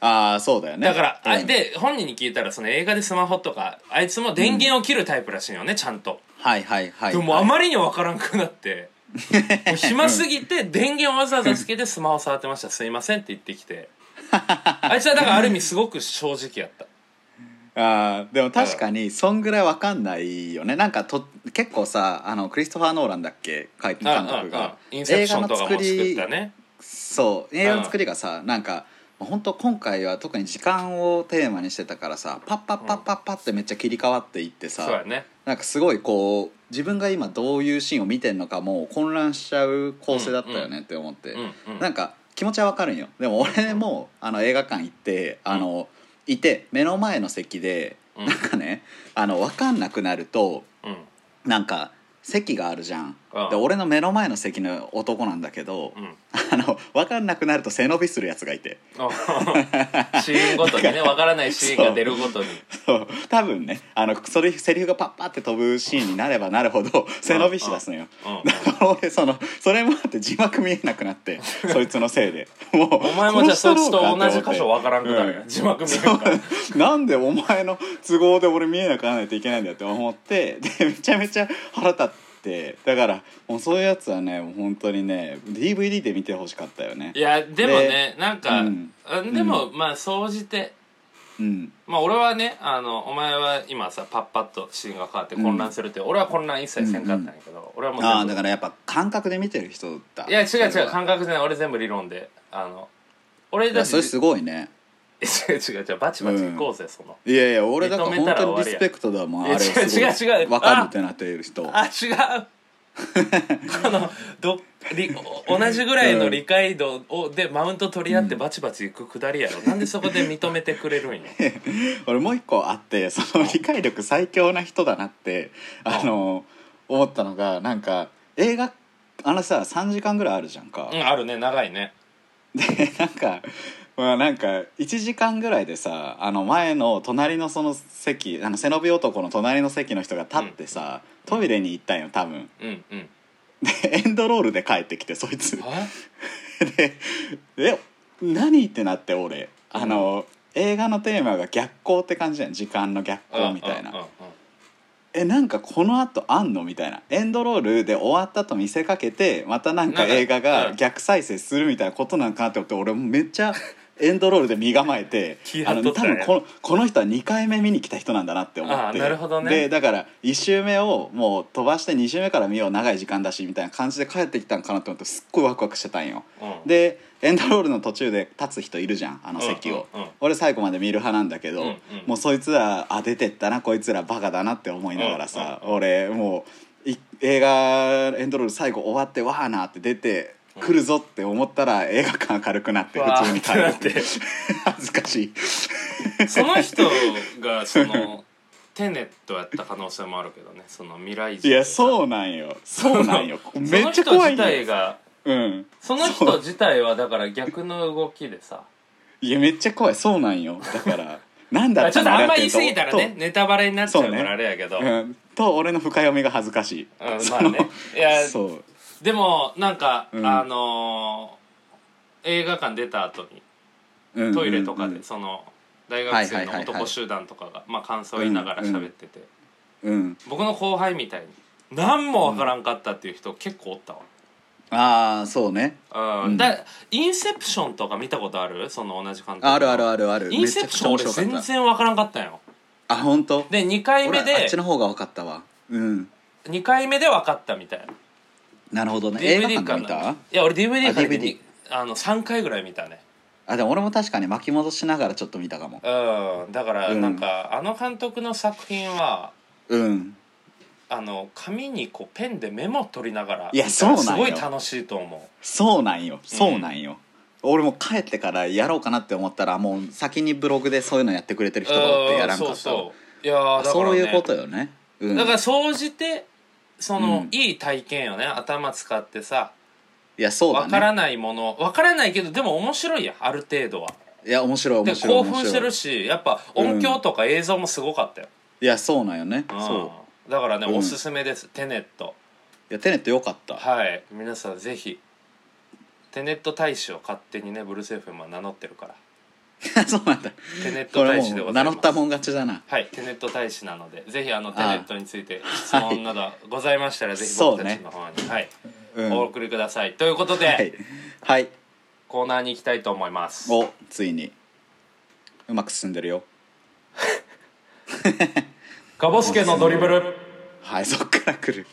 [SPEAKER 1] ああそうだよね
[SPEAKER 2] だから、あ
[SPEAKER 1] うん
[SPEAKER 2] で本人に聞いたらその映画でスマホとかあいつも電源を切るタイプらしいよね、ちゃんと、
[SPEAKER 1] はいはいはい
[SPEAKER 2] でもあまりに分からんくな ってもう暇すぎて電源をわざわざつけてスマホ触ってました「すいません」って言ってき てあいつはだからある意味すごく正直やった
[SPEAKER 1] あーでも確かにそんぐらいわかんないよねなんかと結構さあのクリストファー・ノーランだっけ監
[SPEAKER 2] ああ
[SPEAKER 1] 督
[SPEAKER 2] あ
[SPEAKER 1] が
[SPEAKER 2] インセプションとか
[SPEAKER 1] 映画
[SPEAKER 2] も
[SPEAKER 1] の作
[SPEAKER 2] 作っ
[SPEAKER 1] り
[SPEAKER 2] たね
[SPEAKER 1] そう映画の作りがさなんか本当今回は特に時間をテーマにしてたからさパッパッパッパッパッってめっちゃ切り替わっていって
[SPEAKER 2] そうや
[SPEAKER 1] さ
[SPEAKER 2] ね
[SPEAKER 1] なんかすごいこう自分が今どういうシーンを見てんのかもう混乱しちゃう構成だったよねって思って
[SPEAKER 2] うんうん
[SPEAKER 1] なんか気持ちはわかるんよでも俺もあの映画館行ってあのいて目の前の席で
[SPEAKER 2] うん
[SPEAKER 1] なんかねあの分かんなくなると
[SPEAKER 2] うん
[SPEAKER 1] なんか席があるじゃん
[SPEAKER 2] うん
[SPEAKER 1] で俺の目の前の席の男なんだけど
[SPEAKER 2] うん
[SPEAKER 1] あの分かんなくなると背伸びするやつがいて
[SPEAKER 2] あシーンごとにね分からないシーンが出るごとに
[SPEAKER 1] そう多分ねあのそれセリフがパッパって飛ぶシーンになればなるほど背伸びしだすのよ
[SPEAKER 2] うんうん
[SPEAKER 1] だから俺 そのそれもあって字幕見えなく なってそいつのせいでもう
[SPEAKER 2] お前もじゃあそいつと同じ箇所
[SPEAKER 1] は
[SPEAKER 2] 分からんくなるやん字幕見るから
[SPEAKER 1] なんでお前の都合で俺見えなくならないといけないんだよって思ってでめちゃめちゃ腹立ってだからもうそういうやつはねもう本当にね DVD で見てほしかったよね
[SPEAKER 2] いやでもねなんか、
[SPEAKER 1] うん
[SPEAKER 2] あでも、まあ総じて
[SPEAKER 1] うん
[SPEAKER 2] まあ俺はねあのお前は今さパッパッとシーンが変わって混乱するって、俺は混乱一切せんかったんやけど、俺はもう
[SPEAKER 1] ああ
[SPEAKER 2] 全
[SPEAKER 1] だ
[SPEAKER 2] 部
[SPEAKER 1] からやっぱ感覚で見てる人だ
[SPEAKER 2] いや違う
[SPEAKER 1] それ
[SPEAKER 2] 違う
[SPEAKER 1] は
[SPEAKER 2] 感覚じゃない俺全部理論であの俺
[SPEAKER 1] い
[SPEAKER 2] だ
[SPEAKER 1] や
[SPEAKER 2] って
[SPEAKER 1] それすごいね
[SPEAKER 2] 違う 違う違うバチバチ行こうぜ、その
[SPEAKER 1] いやいや俺だから
[SPEAKER 2] 認めた
[SPEAKER 1] 本
[SPEAKER 2] ら終
[SPEAKER 1] 当
[SPEAKER 2] わり
[SPEAKER 1] にリ
[SPEAKER 2] や
[SPEAKER 1] スペクトだもん
[SPEAKER 2] いや
[SPEAKER 1] あれすごい
[SPEAKER 2] 違う違う
[SPEAKER 1] 分かるってなっている人
[SPEAKER 2] あ違うこのどりお同じぐらいの理解度をでマウント取り合ってバチバチ行くくだりやろ、なんでそこで認めてくれるんよ
[SPEAKER 1] 俺もう一個あって その理解力最強な人だなってあの思ったのがなんか映画あのさ3時間ぐらいあるじゃんか
[SPEAKER 2] う、んあるね長いね
[SPEAKER 1] で なんかまあなんか1時間ぐらいでさあの前の隣のその席あの背伸び男の隣の席の人が立ってさ、トイレに行ったんよ多分
[SPEAKER 2] うんうん
[SPEAKER 1] でエンドロールで帰ってきてそいつ
[SPEAKER 2] あ
[SPEAKER 1] で「え何?」ってなって俺あの、映画のテーマが逆光って感じじゃん時間の逆光みたいな
[SPEAKER 2] うんうんうん
[SPEAKER 1] えなんかこのあとあんのみたいなエンドロールで終わったと見せかけてまたなんか
[SPEAKER 2] なんか
[SPEAKER 1] 映画
[SPEAKER 2] う
[SPEAKER 1] が
[SPEAKER 2] ん
[SPEAKER 1] 逆再生するみたいなことなんかなって思って俺もめっちゃエンドロールで身構えて
[SPEAKER 2] 気
[SPEAKER 1] あ
[SPEAKER 2] 張っと
[SPEAKER 1] の
[SPEAKER 2] った
[SPEAKER 1] 多
[SPEAKER 2] んや
[SPEAKER 1] 分このこの人は2回目見に来た人なんだなって思
[SPEAKER 2] あ
[SPEAKER 1] っ
[SPEAKER 2] ー
[SPEAKER 1] て
[SPEAKER 2] なるほどね
[SPEAKER 1] でだから1周目をもう飛ばして2周目から見よう長い時間だしみたいな感じで帰ってきたんかなって思ってすっごいワクワクしてたんよ。
[SPEAKER 2] うん
[SPEAKER 1] でエンドロールの途中で立つ人いるじゃんあの席を、
[SPEAKER 2] うんうんうん
[SPEAKER 1] 俺最後まで見る派なんだけど、
[SPEAKER 2] うんうん
[SPEAKER 1] もうそいつらあ出てったなこいつらバカだなって思いながらさ、
[SPEAKER 2] うんうん
[SPEAKER 1] 俺もうい映画エンドロール最後終わってわーなって出て来るぞって思ったら映画館明るくなって
[SPEAKER 2] わー
[SPEAKER 1] 普通に帰るって
[SPEAKER 2] ってなっ
[SPEAKER 1] 恥ずかしい
[SPEAKER 2] その人がその テネットやった可能性もあるけどねその未来人
[SPEAKER 1] いや
[SPEAKER 2] う
[SPEAKER 1] そうなんよそうなんよめっち
[SPEAKER 2] そ
[SPEAKER 1] ゃ
[SPEAKER 2] の人
[SPEAKER 1] 怖い
[SPEAKER 2] 自体
[SPEAKER 1] よ、
[SPEAKER 2] が
[SPEAKER 1] うん、
[SPEAKER 2] その人自体はだから逆の動きでさ
[SPEAKER 1] いやめっちゃ怖いそうなんよだからなん だ
[SPEAKER 2] あ
[SPEAKER 1] っ
[SPEAKER 2] ちょ
[SPEAKER 1] た
[SPEAKER 2] っとあ
[SPEAKER 1] のかなん
[SPEAKER 2] ま
[SPEAKER 1] って
[SPEAKER 2] 言
[SPEAKER 1] い
[SPEAKER 2] いう
[SPEAKER 1] と
[SPEAKER 2] 過ぎたらねネタバレになっちゃうか
[SPEAKER 1] そう
[SPEAKER 2] ら
[SPEAKER 1] ね
[SPEAKER 2] あれやけどう、
[SPEAKER 1] うん、と俺の深読みが恥ずかしい、
[SPEAKER 2] ん、ま
[SPEAKER 1] そ
[SPEAKER 2] あ
[SPEAKER 1] の
[SPEAKER 2] ねいや
[SPEAKER 1] そう
[SPEAKER 2] でもなんか、
[SPEAKER 1] うん
[SPEAKER 2] あのー映画館出た後に
[SPEAKER 1] うん
[SPEAKER 2] トイレとか
[SPEAKER 1] う
[SPEAKER 2] で
[SPEAKER 1] ん
[SPEAKER 2] その大学生
[SPEAKER 1] はい
[SPEAKER 2] の
[SPEAKER 1] はいはいは
[SPEAKER 2] 男
[SPEAKER 1] い
[SPEAKER 2] 集団とかがまあ感想を言いながら喋ってて、
[SPEAKER 1] うん、うん
[SPEAKER 2] 僕の後輩みたいに何もわからんかったっていう人結構おったわ、
[SPEAKER 1] ああそうね
[SPEAKER 2] うん
[SPEAKER 1] うん
[SPEAKER 2] だインセプションとか見たことあるその同じ監督
[SPEAKER 1] あるあるあ
[SPEAKER 2] る
[SPEAKER 1] るある
[SPEAKER 2] インセプション
[SPEAKER 1] めち
[SPEAKER 2] 俺
[SPEAKER 1] ゃくちゃ面白
[SPEAKER 2] 全
[SPEAKER 1] かった
[SPEAKER 2] 然分からんかったんよ
[SPEAKER 1] あ本当
[SPEAKER 2] で2回
[SPEAKER 1] 俺
[SPEAKER 2] 目
[SPEAKER 1] あっ
[SPEAKER 2] で
[SPEAKER 1] ちの方が分かったわうん
[SPEAKER 2] 2回目で分かったみたいな
[SPEAKER 1] なるほどね映画
[SPEAKER 2] DVD
[SPEAKER 1] 館
[SPEAKER 2] か
[SPEAKER 1] で見
[SPEAKER 2] な
[SPEAKER 1] た
[SPEAKER 2] いや俺 DVD か
[SPEAKER 1] あ DVD
[SPEAKER 2] あの3回ぐらい見たね
[SPEAKER 1] あでも俺も確かに巻き戻しながらちょっと見たかも
[SPEAKER 2] うんだから
[SPEAKER 1] うん
[SPEAKER 2] なんか、あの監督の作品は
[SPEAKER 1] うん
[SPEAKER 2] あの紙にこうペンでメモ取りながら
[SPEAKER 1] いやそうなんよ
[SPEAKER 2] すごい楽しいと思
[SPEAKER 1] そうなんよそうなんよ、俺も帰ってからやろうかなって思ったらもう先にブログでそういうのやってくれて
[SPEAKER 2] う
[SPEAKER 1] る人がおって
[SPEAKER 2] うん
[SPEAKER 1] やらんかった
[SPEAKER 2] そう
[SPEAKER 1] わ
[SPEAKER 2] そういやーだから、ね、
[SPEAKER 1] そういうことよね、うん、
[SPEAKER 2] だから
[SPEAKER 1] い
[SPEAKER 2] 総じてその、
[SPEAKER 1] うん
[SPEAKER 2] いい体験よね頭使ってさ
[SPEAKER 1] やそうだ
[SPEAKER 2] わから
[SPEAKER 1] ね
[SPEAKER 2] ないものわからないけどでも面白いやんある程度はい
[SPEAKER 1] や面白い
[SPEAKER 2] で
[SPEAKER 1] 面白
[SPEAKER 2] 興
[SPEAKER 1] い面
[SPEAKER 2] 奮
[SPEAKER 1] 白い
[SPEAKER 2] してるしやっぱ音響とか映像もすごかったよ、
[SPEAKER 1] いやそうなんよね、
[SPEAKER 2] うん
[SPEAKER 1] そ
[SPEAKER 2] だからね、
[SPEAKER 1] うん
[SPEAKER 2] おすすめですテネット
[SPEAKER 1] ういやテネットよかった、
[SPEAKER 2] はい皆さんぜひテネット大使を勝手にねブルース・エフェムは名乗ってるから
[SPEAKER 1] そうなんだ
[SPEAKER 2] テネッ
[SPEAKER 1] こ
[SPEAKER 2] ト
[SPEAKER 1] れ
[SPEAKER 2] 大使で
[SPEAKER 1] も
[SPEAKER 2] ご
[SPEAKER 1] う
[SPEAKER 2] ざ
[SPEAKER 1] 名
[SPEAKER 2] いま
[SPEAKER 1] 乗
[SPEAKER 2] す
[SPEAKER 1] ったもん勝ちだな
[SPEAKER 2] はいテネット大使なのでぜひあの
[SPEAKER 1] あ
[SPEAKER 2] テネットについて質問などございましたらぜひ僕たちの方に、はい
[SPEAKER 1] うん
[SPEAKER 2] お
[SPEAKER 1] は
[SPEAKER 2] 送りくださいということで、
[SPEAKER 1] い、はい、
[SPEAKER 2] コーナーに行きたいと思います
[SPEAKER 1] おついにうまく進んでるよ
[SPEAKER 2] ガボスケのドリブル
[SPEAKER 1] はいそっから来る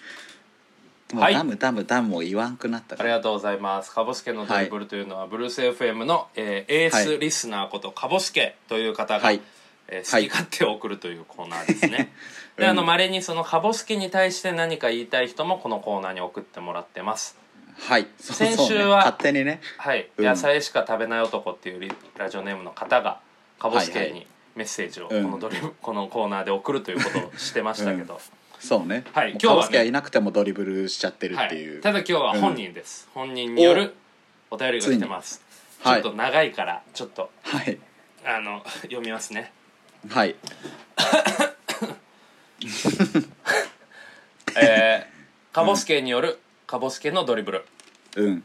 [SPEAKER 1] もう
[SPEAKER 2] はい
[SPEAKER 1] ダムダムダムも言わんくなった
[SPEAKER 2] あ
[SPEAKER 1] か
[SPEAKER 2] り
[SPEAKER 1] ら
[SPEAKER 2] がとうございますカボスケのドリブルというのは、ブルース FM の、えーエー
[SPEAKER 1] は
[SPEAKER 2] ス
[SPEAKER 1] い
[SPEAKER 2] リスナーことカボスケという方が、
[SPEAKER 1] はい
[SPEAKER 2] えー好き勝手を送るというコーナーですね、 であのまれにそのカボスケに対して何か言いたい人もこのコーナーに送ってもらってます
[SPEAKER 1] はいそうそうね
[SPEAKER 2] 先週は
[SPEAKER 1] 勝手にね
[SPEAKER 2] はい、
[SPEAKER 1] うん
[SPEAKER 2] 野菜しか食べない男っていうリラジオネームの方がカボス
[SPEAKER 1] はい
[SPEAKER 2] ケ
[SPEAKER 1] は
[SPEAKER 2] にメッセージをこ
[SPEAKER 1] うん
[SPEAKER 2] のドリブ、このコーナーで送るということをしてましたけど、
[SPEAKER 1] そうね
[SPEAKER 2] はい
[SPEAKER 1] もう
[SPEAKER 2] 今日はね
[SPEAKER 1] カオスケいなくてもドリブルしちゃってる
[SPEAKER 2] は
[SPEAKER 1] っていう、
[SPEAKER 2] い、ただ今日は本人です、本人によるお便りが来てます
[SPEAKER 1] つ
[SPEAKER 2] ち
[SPEAKER 1] い
[SPEAKER 2] ょ
[SPEAKER 1] に
[SPEAKER 2] っと長いからちょっと
[SPEAKER 1] はい
[SPEAKER 2] あの読みますね
[SPEAKER 1] はい
[SPEAKER 2] えー、カボスケによるカボスケのドリブル
[SPEAKER 1] うん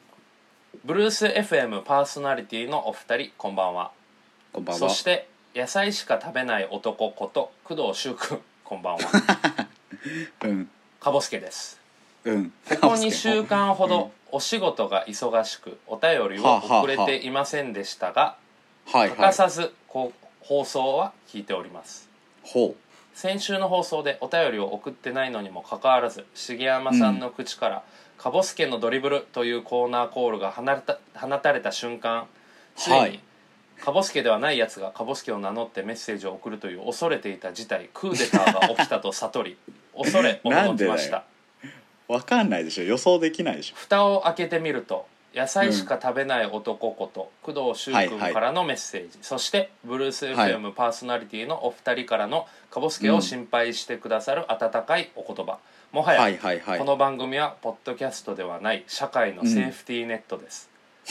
[SPEAKER 2] ブルース FM パーソナリティのお二人こんばんは
[SPEAKER 1] こんばんは
[SPEAKER 2] そして野菜しか食べない男こと工藤修君こんばん は
[SPEAKER 1] うん
[SPEAKER 2] カボスケです
[SPEAKER 1] うん
[SPEAKER 2] ここ2週間ほどお仕事が忙しくお便りを遅れていませんでしたが
[SPEAKER 1] はい
[SPEAKER 2] 欠
[SPEAKER 1] は
[SPEAKER 2] か
[SPEAKER 1] い
[SPEAKER 2] さずこう放送は聞いております
[SPEAKER 1] ほ
[SPEAKER 2] 先週の放送でお便りを送ってないのにもかかわらず重山さんの口から「かぼすけのドリブル」というコーナーコールが放た放たれた瞬間ついに、
[SPEAKER 1] はい
[SPEAKER 2] かぼすけではないやつがかぼすけを名乗ってメッセージを送るという恐れていた事態クーデターが起きたと悟り恐れ驚きまし
[SPEAKER 1] なんでだよ
[SPEAKER 2] た
[SPEAKER 1] うわかんないでしょ予想できないでしょ
[SPEAKER 2] 蓋を開けてみると野菜しか食べない男こと、工藤修君からのメッセージ、そしてブルース
[SPEAKER 1] はい
[SPEAKER 2] FM パーソナリティのお二人からのかぼすけを心配してくださる温かいお言葉、もはや、
[SPEAKER 1] はいはいはい
[SPEAKER 2] この番組はポッドキャストではない社会のセーフティーネットです、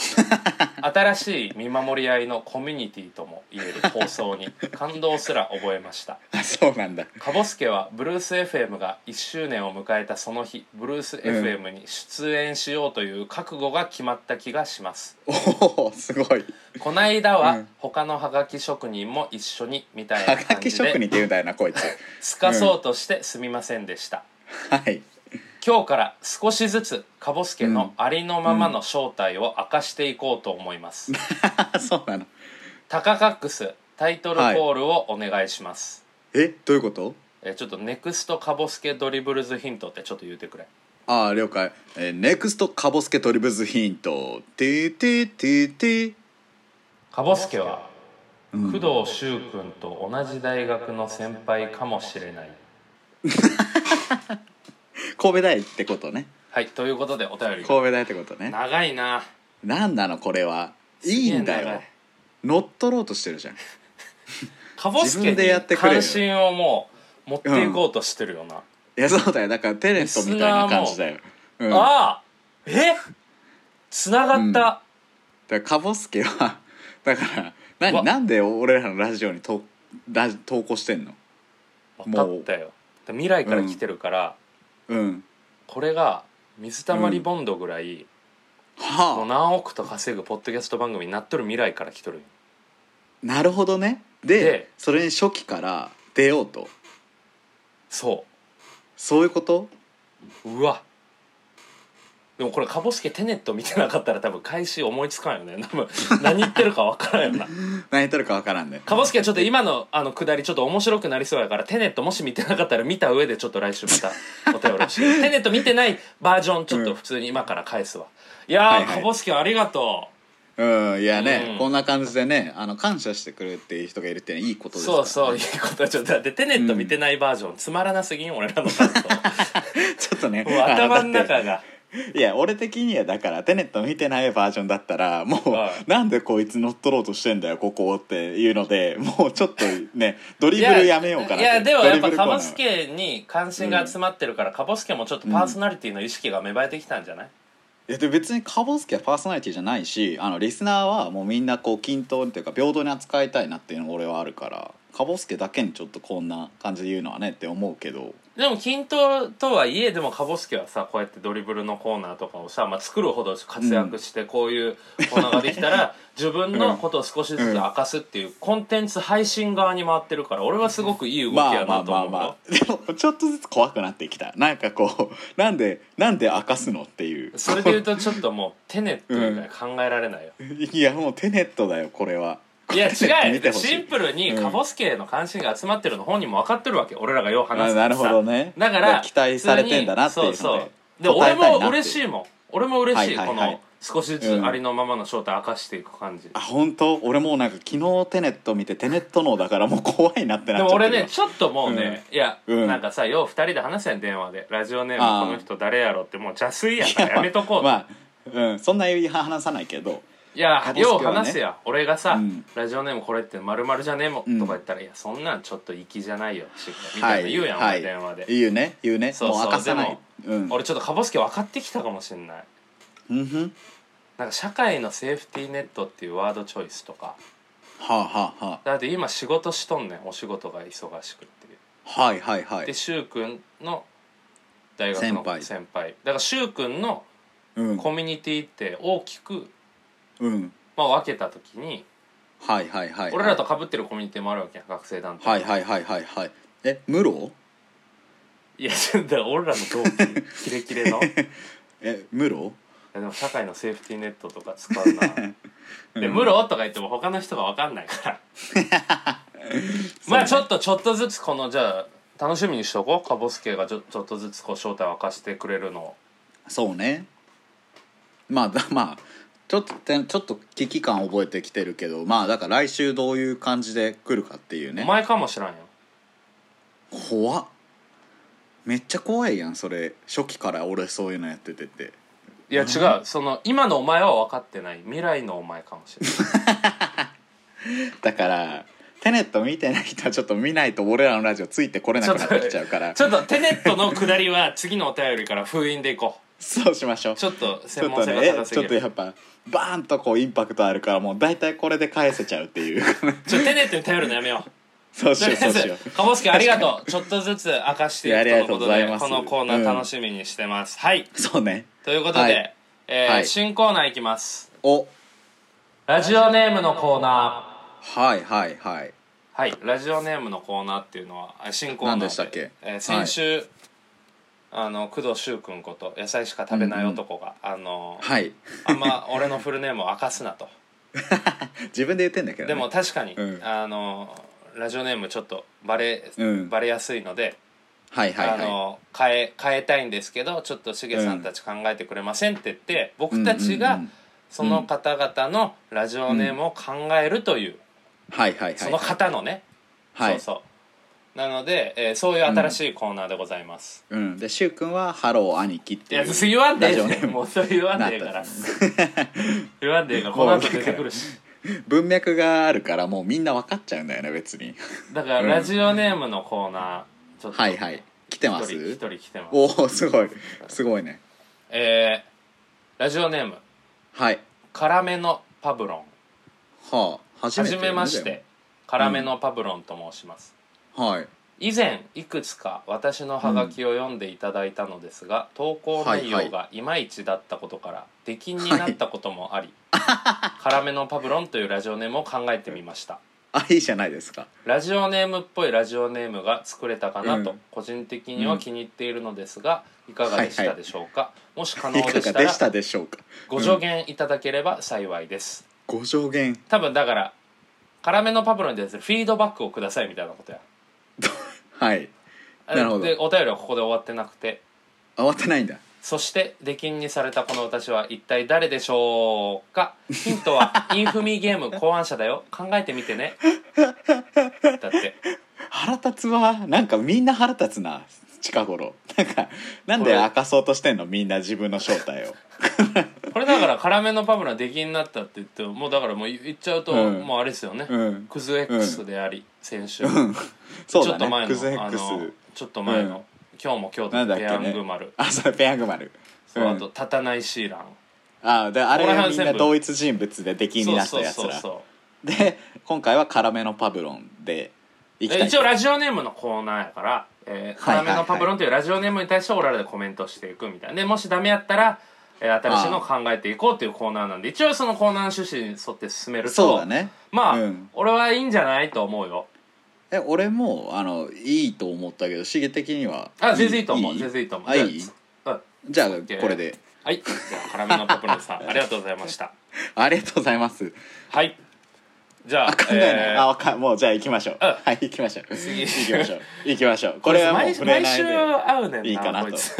[SPEAKER 2] 新しい見守り合いのコミュニティとも言える放送に感動すら覚えました
[SPEAKER 1] あそうなんだ
[SPEAKER 2] かぼすけはブルース FM が1周年を迎えたその日ブルース FM に出演しようという覚悟が決まった気がします、
[SPEAKER 1] おおすごい
[SPEAKER 2] こないだ
[SPEAKER 1] う
[SPEAKER 2] は
[SPEAKER 1] ん
[SPEAKER 2] 他のハガキ職人も一緒にみたい
[SPEAKER 1] は
[SPEAKER 2] な
[SPEAKER 1] が
[SPEAKER 2] 感
[SPEAKER 1] き
[SPEAKER 2] じ
[SPEAKER 1] 職人
[SPEAKER 2] で
[SPEAKER 1] って言うんだよなこいつ
[SPEAKER 2] すかそうとしてすみませんでした、
[SPEAKER 1] はい
[SPEAKER 2] 今日から少しずつかぼすけのありのままの正体を明かしていこうと思います、
[SPEAKER 1] あそうなの
[SPEAKER 2] タカカックスタイトルコールをお願いします、
[SPEAKER 1] えどういうこと
[SPEAKER 2] えーちょっとネクストかぼすけドリブルズヒントってちょっと言うてくれ
[SPEAKER 1] ああ了解、えー、ネクストカボスケトリブズヒントティティティティ
[SPEAKER 2] かぼすけは工藤修君と同じ大学の先輩かもしれない。
[SPEAKER 1] 神戸大ってことね
[SPEAKER 2] はい、ということでお便りが
[SPEAKER 1] 神戸大ってことね
[SPEAKER 2] 長いな。
[SPEAKER 1] なんなのこれは
[SPEAKER 2] すげえ
[SPEAKER 1] いいんだ
[SPEAKER 2] 長
[SPEAKER 1] よ
[SPEAKER 2] い
[SPEAKER 1] 乗っ取ろうとしてるじゃん
[SPEAKER 2] かぼすけ
[SPEAKER 1] 自分でやっ
[SPEAKER 2] に
[SPEAKER 1] てくれよ
[SPEAKER 2] 関心をもう持っていこうとしてるよな。
[SPEAKER 1] いやそうだよだからテレントみたいな感じだよ、うん、だか
[SPEAKER 2] ああ、え、つながった。
[SPEAKER 1] らカボスケはだか
[SPEAKER 2] わ
[SPEAKER 1] ら何なんで俺らのラジオにとラ投稿してんのうん
[SPEAKER 2] 分かったよ。未来から来てるから、
[SPEAKER 1] うん
[SPEAKER 2] これが水たまりボンドぐらい、もう
[SPEAKER 1] はあ
[SPEAKER 2] 何億と稼ぐポッドキャスト番組になっとる未来から来とるよ。
[SPEAKER 1] なるほどねで
[SPEAKER 2] で
[SPEAKER 1] それに初期から出ようと
[SPEAKER 2] そう。
[SPEAKER 1] そういうこと
[SPEAKER 2] うわでもこれかぼすけテネット見てなかったら多分開始思いつかんよね多分何言ってるか分からん よな
[SPEAKER 1] 何言ってるかわからんね
[SPEAKER 2] かぼすけはちょっと今のあのくだりちょっと面白くなりそうやからテネットもし見てなかったら見た上でちょっと来週ま たお便りをしてテネット見てないバージョンちょっと普通に今から返すわいやー、
[SPEAKER 1] はいはい
[SPEAKER 2] かぼすけありがと
[SPEAKER 1] うんいやね、
[SPEAKER 2] うん
[SPEAKER 1] こんな感じでねあの感謝してくれるっていう人がいるっていうのはいいことですから
[SPEAKER 2] そうそういいことはちょっとだってテネット見てないバージョン、つまらなすぎん俺らの感想
[SPEAKER 1] ちょっとね
[SPEAKER 2] もう頭の
[SPEAKER 1] あだっ
[SPEAKER 2] 中が
[SPEAKER 1] ていや俺的にはだからテネット見てないバージョンだったらもう、
[SPEAKER 2] はい
[SPEAKER 1] なんでこいつ乗っ取ろうとしてんだよここをっていうのでもうちょっとねドリブルやめようかなっ
[SPEAKER 2] い
[SPEAKER 1] て
[SPEAKER 2] やいやでもやっぱ
[SPEAKER 1] ドリブルコ
[SPEAKER 2] カ
[SPEAKER 1] ーナー
[SPEAKER 2] ボスケに関心が集まってるから、カボスケもちょっとパーソナリティの意識が芽生えてきたんじゃない、
[SPEAKER 1] いやでも別にカボスケはパーソナリティじゃないしあのリスナーはもうみんなこう均等にというか平等に扱いたいなっていうのが俺はあるからカボスケだけにちょっとこんな感じで言うのはねって思うけど
[SPEAKER 2] でも均等とはいえでもカボスケはさこうやってドリブルのコーナーとかをさ、まあ、作るほど活躍してこういうコーナーができた ら、自分のことを少しずつ明かすっていうコンテンツ配信側に回ってるから俺はすごくいい動き
[SPEAKER 1] ま
[SPEAKER 2] や
[SPEAKER 1] あま
[SPEAKER 2] な
[SPEAKER 1] あ
[SPEAKER 2] と
[SPEAKER 1] ま
[SPEAKER 2] 思
[SPEAKER 1] あ
[SPEAKER 2] う
[SPEAKER 1] ま
[SPEAKER 2] よ
[SPEAKER 1] あでもちょっとずつ怖くなってきたなんかこうなんでなんで明かすのっていう
[SPEAKER 2] それで言うとちょっともうテネット以外考えられないよ、
[SPEAKER 1] いやもうテネットだよこれはい
[SPEAKER 2] や違う
[SPEAKER 1] 見
[SPEAKER 2] よ
[SPEAKER 1] てほしい
[SPEAKER 2] シンプルに
[SPEAKER 1] うん
[SPEAKER 2] カボスケへの関心が集まってるの本人も分かってるわけ俺らがよう話す
[SPEAKER 1] あなるほどね
[SPEAKER 2] だから
[SPEAKER 1] 期待されてんだなっていうの
[SPEAKER 2] 普
[SPEAKER 1] で
[SPEAKER 2] 通にそうそうで
[SPEAKER 1] 答
[SPEAKER 2] 俺
[SPEAKER 1] えたいなっていう
[SPEAKER 2] も嬉しいもん俺も嬉しい,、
[SPEAKER 1] はいはいはい
[SPEAKER 2] この少しずつありのままの正体明かしていく感じ、
[SPEAKER 1] あ本当俺もうなんか昨日テネット見てテネットのだからもう怖いなってな
[SPEAKER 2] で
[SPEAKER 1] っちゃっ
[SPEAKER 2] も
[SPEAKER 1] て
[SPEAKER 2] 俺ね
[SPEAKER 1] る
[SPEAKER 2] ちょっともうね、いや、
[SPEAKER 1] うん
[SPEAKER 2] なんかさよう二人で話せん電話でラジオネー
[SPEAKER 1] あー
[SPEAKER 2] ムこの人誰やろってもう邪推や
[SPEAKER 1] い
[SPEAKER 2] からやめとこうって
[SPEAKER 1] まあ、うん、そんなに話さないけど
[SPEAKER 2] いや、
[SPEAKER 1] カボスケは
[SPEAKER 2] よ
[SPEAKER 1] ね
[SPEAKER 2] う話すや俺がさ、
[SPEAKER 1] うん
[SPEAKER 2] ラジオネームこれって〇〇じゃねえもん、
[SPEAKER 1] うん
[SPEAKER 2] とか言ったら「いやそんなんちょっと粋じゃないよ」しみ
[SPEAKER 1] は
[SPEAKER 2] た
[SPEAKER 1] い
[SPEAKER 2] いな言うやん、
[SPEAKER 1] は
[SPEAKER 2] 俺
[SPEAKER 1] い、
[SPEAKER 2] 電話で、
[SPEAKER 1] 言うね言うね
[SPEAKER 2] そうそう
[SPEAKER 1] もう明かさないうん
[SPEAKER 2] 俺ちょっとカボスケ分かってきたかもしんない
[SPEAKER 1] うんふん
[SPEAKER 2] なんか社会のセーフティーネットっていうワードチョイスとか
[SPEAKER 1] はあ、はあは
[SPEAKER 2] だって今仕事しとんねんお仕事が忙しくっていう
[SPEAKER 1] あ、はいはいは
[SPEAKER 2] で
[SPEAKER 1] い
[SPEAKER 2] 柊君の大学
[SPEAKER 1] 先
[SPEAKER 2] の先
[SPEAKER 1] 輩
[SPEAKER 2] 輩だから柊君の
[SPEAKER 1] うん
[SPEAKER 2] コミュニティって大きく、
[SPEAKER 1] うん
[SPEAKER 2] まあ、分けた時に
[SPEAKER 1] はいはいはい
[SPEAKER 2] 俺らと被ってるコミュニティもあるわけやん学生団体、
[SPEAKER 1] はいはいはいはいはいえムロ
[SPEAKER 2] い、やちょっと俺らの同期キレキレのい
[SPEAKER 1] えムロ
[SPEAKER 2] やでも社会のセーフティーネットとか使う なで「ムロ」とか言っても他の人が分かんないからまあちょっとちょっとずつこのじゃあ楽しみにしとこうかぼすけがちょちょっとずつこう正体を明かしてくれるのを
[SPEAKER 1] そうねまあだまあちょっとてちょっと危機感覚えてきてるけどまあだから来週どういう感じで来るかっていう
[SPEAKER 2] お
[SPEAKER 1] ね
[SPEAKER 2] 前かもしらんよ
[SPEAKER 1] 怖っめっちゃ怖いやんそれ初期から俺そういうのやっててって
[SPEAKER 2] いや違うその今のお前は分かってない未来のお前かもしれない
[SPEAKER 1] だからテネット見てない人はちょっと見ないと俺らのラジオついてこ れなくなってきちゃうから
[SPEAKER 2] ちょっとテネットの下りは次のお便りから封印でいこ
[SPEAKER 1] そうしましょう
[SPEAKER 2] うちょっと
[SPEAKER 1] ちょ
[SPEAKER 2] 専
[SPEAKER 1] っ
[SPEAKER 2] 門
[SPEAKER 1] と
[SPEAKER 2] 性
[SPEAKER 1] ね
[SPEAKER 2] が
[SPEAKER 1] え
[SPEAKER 2] 高す
[SPEAKER 1] ちょ
[SPEAKER 2] ぎる
[SPEAKER 1] っと
[SPEAKER 2] ちょ,、
[SPEAKER 1] やっぱバーンとこうインパクトあるからもう大体これで返せちゃうっ ていう
[SPEAKER 2] テネットに頼るのやめよう
[SPEAKER 1] そうし
[SPEAKER 2] とり
[SPEAKER 1] よう
[SPEAKER 2] あ
[SPEAKER 1] そ
[SPEAKER 2] え
[SPEAKER 1] うしよ
[SPEAKER 2] ず
[SPEAKER 1] う
[SPEAKER 2] かぼすけありがとうちょっとずつ明かしてい
[SPEAKER 1] いやあ
[SPEAKER 2] く
[SPEAKER 1] り
[SPEAKER 2] とのこ
[SPEAKER 1] がとうご
[SPEAKER 2] と
[SPEAKER 1] ざい
[SPEAKER 2] で
[SPEAKER 1] ます
[SPEAKER 2] このコーナ
[SPEAKER 1] うん
[SPEAKER 2] ー楽しみにしてます、はい
[SPEAKER 1] そうね
[SPEAKER 2] ということで、
[SPEAKER 1] はい
[SPEAKER 2] えー
[SPEAKER 1] はい
[SPEAKER 2] 新コーナーいきます
[SPEAKER 1] お
[SPEAKER 2] ラジオネームのコーナー
[SPEAKER 1] はいはいはい
[SPEAKER 2] はいラジオネームのコーナーっていうのはあ新コーナー
[SPEAKER 1] 何でしたっけ
[SPEAKER 2] えー先週、あの工藤柊君こと野菜しか食べない男が、あの
[SPEAKER 1] はい
[SPEAKER 2] あんま俺のフルネームを明かすな と
[SPEAKER 1] 自分で言ってんだけど、ね、
[SPEAKER 2] でも確かに、
[SPEAKER 1] うん
[SPEAKER 2] あのラジオネームちょっとバレ、
[SPEAKER 1] うん
[SPEAKER 2] バレやすいので、
[SPEAKER 1] はいはいはい
[SPEAKER 2] あの変え変えたいんですけどちょっとしげさんたち考えてくれませんって言って、僕たち
[SPEAKER 1] うんうんう
[SPEAKER 2] が
[SPEAKER 1] ん
[SPEAKER 2] その方々のラジオネームを考えるという、
[SPEAKER 1] はいはいはい
[SPEAKER 2] その方のね、
[SPEAKER 1] はい
[SPEAKER 2] そうそうなので、えーそういう新しいコーナーでございます、
[SPEAKER 1] うんでしゅうくんは「ハロー兄貴」って
[SPEAKER 2] い
[SPEAKER 1] い
[SPEAKER 2] や
[SPEAKER 1] う
[SPEAKER 2] 言わんでえ
[SPEAKER 1] ラ
[SPEAKER 2] え
[SPEAKER 1] ジオ
[SPEAKER 2] ね
[SPEAKER 1] ネー
[SPEAKER 2] んも
[SPEAKER 1] ム
[SPEAKER 2] うそれ言わんでええか
[SPEAKER 1] な
[SPEAKER 2] ら
[SPEAKER 1] っ
[SPEAKER 2] 言わんでええからこの後出てくる し
[SPEAKER 1] 文脈があるからもうみんな分かっちゃうんだよね別に
[SPEAKER 2] だからラジオネームのコーナーちょっと
[SPEAKER 1] はいはい来てま
[SPEAKER 2] 一人一
[SPEAKER 1] す
[SPEAKER 2] 人来てます
[SPEAKER 1] おおすごいすごいね
[SPEAKER 2] えーラジオネーム
[SPEAKER 1] はい
[SPEAKER 2] 「辛めのパブロン」
[SPEAKER 1] はあ初
[SPEAKER 2] は
[SPEAKER 1] めて
[SPEAKER 2] じめまして辛めのパブロンと申します、
[SPEAKER 1] はい
[SPEAKER 2] 以前いくつか私のハガキを読んでいただいたのですが、投稿内容がいまいちだったことから 出禁になったこともあり「辛めのパブロン」というラジオネームを考えてみました
[SPEAKER 1] あいいじゃないですか
[SPEAKER 2] ラジオネームっぽいラジオネームが作れたかなと、
[SPEAKER 1] うん
[SPEAKER 2] 個人的には気に入っているのですが、いかがでしたでしょうか、もし可能
[SPEAKER 1] い
[SPEAKER 2] で
[SPEAKER 1] か
[SPEAKER 2] し
[SPEAKER 1] が
[SPEAKER 2] た
[SPEAKER 1] で
[SPEAKER 2] ら
[SPEAKER 1] したでしょうか
[SPEAKER 2] ご助言いただければ幸いです、
[SPEAKER 1] ご上限
[SPEAKER 2] 多分だから辛めのパブロンに対するフィードバックをくださいみたいなことや
[SPEAKER 1] はいなるほど
[SPEAKER 2] でお便りはここで終わってなくて
[SPEAKER 1] 慌てないんだ
[SPEAKER 2] そして出禁にされたこの私は一体誰でしょうかヒント はインフミゲーム考案者だよ考えてみてねだって
[SPEAKER 1] 腹立つわなんかみんな腹立つな近頃なんかなんで
[SPEAKER 2] これ
[SPEAKER 1] 明かそうとしてんのみんな自分の正体を
[SPEAKER 2] これだから辛めのパブラ出禁になったって言ってももうだからもう言っちゃうと、
[SPEAKER 1] うん
[SPEAKER 2] もうあれですよね、
[SPEAKER 1] うん
[SPEAKER 2] クズ X であり先週、
[SPEAKER 1] そ う
[SPEAKER 2] ちょっ
[SPEAKER 1] だ
[SPEAKER 2] と前の
[SPEAKER 1] ねクズ
[SPEAKER 2] あ
[SPEAKER 1] X
[SPEAKER 2] のちょっと前の、
[SPEAKER 1] うん
[SPEAKER 2] 今日も今
[SPEAKER 1] な
[SPEAKER 2] 日と
[SPEAKER 1] んだっけ
[SPEAKER 2] ペ
[SPEAKER 1] ね
[SPEAKER 2] ヤング丸、
[SPEAKER 1] あそうペヤング丸
[SPEAKER 2] そう
[SPEAKER 1] うん
[SPEAKER 2] あと立たないシーラン
[SPEAKER 1] あであれ
[SPEAKER 2] ここら辺
[SPEAKER 1] がみん
[SPEAKER 2] 全
[SPEAKER 1] な
[SPEAKER 2] 部
[SPEAKER 1] 同一人物で出禁になったやつら
[SPEAKER 2] そ
[SPEAKER 1] で今回は「辛めのパブロン」で
[SPEAKER 2] う
[SPEAKER 1] 行き
[SPEAKER 2] で
[SPEAKER 1] たい
[SPEAKER 2] 一応ラジオネームのコーナーやから「えー、
[SPEAKER 1] は
[SPEAKER 2] 辛
[SPEAKER 1] いはい
[SPEAKER 2] めのパブロン」というラジオネームに対してオラルでコメントしていくみたいなでもしダメやったら、えー新しいのを考えていこうっていうコーナーなんで一応そのコーナーの趣旨に沿って進めると
[SPEAKER 1] そうだね
[SPEAKER 2] まあ、
[SPEAKER 1] うん
[SPEAKER 2] 俺はいいんじゃないと思うよ
[SPEAKER 1] え俺もあのいいと思ったけどシゲ的には
[SPEAKER 2] あ全然いいと思う全然いいと思う
[SPEAKER 1] あいい
[SPEAKER 2] じゃあうん
[SPEAKER 1] じゃあ
[SPEAKER 2] OK
[SPEAKER 1] これで
[SPEAKER 2] はいじゃあ辛めのパブロンさ んありがとうございました
[SPEAKER 1] ありがとうございます
[SPEAKER 2] はいじゃあ
[SPEAKER 1] あ考えない、
[SPEAKER 2] えー
[SPEAKER 1] あわかもうじゃあ行きましょう、
[SPEAKER 2] うん
[SPEAKER 1] はい行きましょう
[SPEAKER 2] 次
[SPEAKER 1] 行きましょう行き ましょうこれはもう
[SPEAKER 2] 毎
[SPEAKER 1] 触れ
[SPEAKER 2] 毎
[SPEAKER 1] ない
[SPEAKER 2] 週
[SPEAKER 1] で
[SPEAKER 2] 会うねんない
[SPEAKER 1] いかなと
[SPEAKER 2] こいつ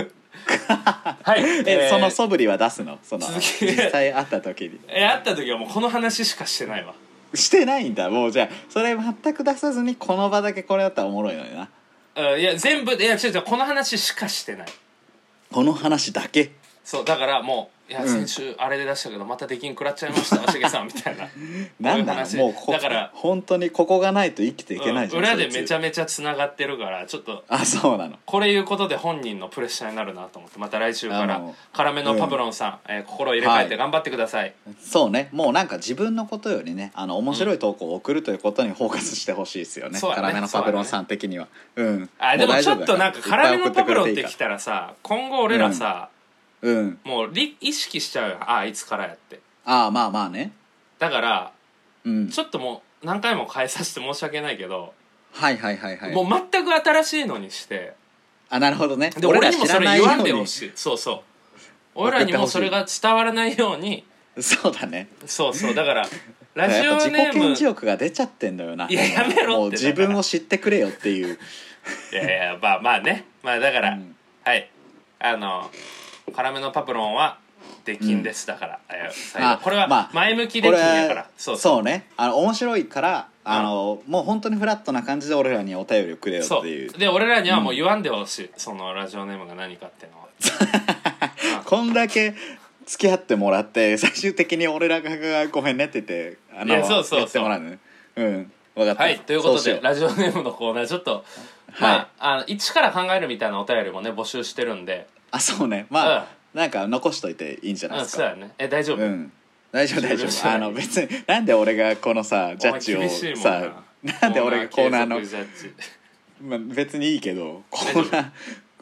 [SPEAKER 2] はい ー
[SPEAKER 1] え、その素振りは出すのその
[SPEAKER 2] 続き
[SPEAKER 1] 実際会った時に
[SPEAKER 2] え会った時はもうこの話しかしてないわ
[SPEAKER 1] してないんだもうじゃあそれ全く出さずにこの場だけこれだったらおもろいのにな
[SPEAKER 2] うんいや全部いや違う違うこの話しかしてない
[SPEAKER 1] この話だけ
[SPEAKER 2] そうだからもういや
[SPEAKER 1] うん
[SPEAKER 2] 先週あれで出したけどまた出禁食らっちゃいま したわしげさんみたいな
[SPEAKER 1] なんだ
[SPEAKER 2] こういう話
[SPEAKER 1] もうこ
[SPEAKER 2] だから
[SPEAKER 1] 本当にここがないと生きていけないじ
[SPEAKER 2] う
[SPEAKER 1] ゃ
[SPEAKER 2] ん
[SPEAKER 1] ん、
[SPEAKER 2] 裏でめち
[SPEAKER 1] ゃ
[SPEAKER 2] ゃめちゃつながってるからちょっと
[SPEAKER 1] あそうなの
[SPEAKER 2] これいうことで本人のプレッシャーになるなと思ってまた来週か
[SPEAKER 1] あ
[SPEAKER 2] ら
[SPEAKER 1] の
[SPEAKER 2] 辛めのパブロンさん、えー心を入れ替えて頑張ってください、
[SPEAKER 1] そうねもうなんか自分のことよりねあの面白い投稿を送るということにフォーカスしてほしいですよね
[SPEAKER 2] そうだね
[SPEAKER 1] 辛めのパブロンさん的にはう,、ん
[SPEAKER 2] あでもちょっとなんか辛めのパブロンって
[SPEAKER 1] き
[SPEAKER 2] きたらさ今後俺らさ、
[SPEAKER 1] うん
[SPEAKER 2] もうり意識しちゃうよああいつからやって
[SPEAKER 1] ああまあまあね
[SPEAKER 2] だから
[SPEAKER 1] うん
[SPEAKER 2] ちょっともう何回も変えさせて申し訳ないけど、
[SPEAKER 1] はいはいはいはい
[SPEAKER 2] もう全く新しいのにして
[SPEAKER 1] あなるほどね
[SPEAKER 2] で俺にもそれ言わんで
[SPEAKER 1] う
[SPEAKER 2] ほ
[SPEAKER 1] に
[SPEAKER 2] しいそうそう俺らにもそれが伝わらないように
[SPEAKER 1] そうだね
[SPEAKER 2] そうそうだから
[SPEAKER 1] や
[SPEAKER 2] ラ
[SPEAKER 1] っ
[SPEAKER 2] ジ
[SPEAKER 1] ぱ
[SPEAKER 2] オ
[SPEAKER 1] 自
[SPEAKER 2] ネ
[SPEAKER 1] 己
[SPEAKER 2] ーム
[SPEAKER 1] 顕示欲が出ちゃってんだよない
[SPEAKER 2] ややめろってだ
[SPEAKER 1] もう
[SPEAKER 2] から
[SPEAKER 1] 自分を知ってくれよっていう
[SPEAKER 2] いやいやまあまあねまあだから、
[SPEAKER 1] うん
[SPEAKER 2] はいあの「辛めのパブロン」は出禁です、だから、えー最後
[SPEAKER 1] あ
[SPEAKER 2] これ
[SPEAKER 1] ま
[SPEAKER 2] は
[SPEAKER 1] あ
[SPEAKER 2] 前向きで禁やから、
[SPEAKER 1] これ
[SPEAKER 2] そうそう
[SPEAKER 1] そうねあの面白いからあの、もう本当にフラットな感じで俺らにお便りをくれよっ
[SPEAKER 2] そ
[SPEAKER 1] ていう
[SPEAKER 2] うで俺らにはもう言わんでほしい、そのラジオネームが何かってのは
[SPEAKER 1] こんだけ付き合ってもらって最終的に俺らが「ごめんね」って言ってあの
[SPEAKER 2] いやそうそうそう
[SPEAKER 1] やってもらうのねうん分かった
[SPEAKER 2] はいということ
[SPEAKER 1] そしよ
[SPEAKER 2] でラジオネームのコーナーちょっと、まああの一から考えるみたいなお便りもね募集してるんで
[SPEAKER 1] あそうねまあ、なんか残しといていいんじゃな
[SPEAKER 2] う
[SPEAKER 1] い
[SPEAKER 2] ん
[SPEAKER 1] です
[SPEAKER 2] そう
[SPEAKER 1] か
[SPEAKER 2] だよねえ大丈夫、
[SPEAKER 1] うん大丈夫大丈
[SPEAKER 2] 終了しない
[SPEAKER 1] 夫あの別になんで俺がこのさジャッジ
[SPEAKER 2] お前
[SPEAKER 1] を
[SPEAKER 2] 厳しいもん
[SPEAKER 1] さなんで俺がコーナーの
[SPEAKER 2] 継続ジャッジ
[SPEAKER 1] まあ、別にいいけどコーナ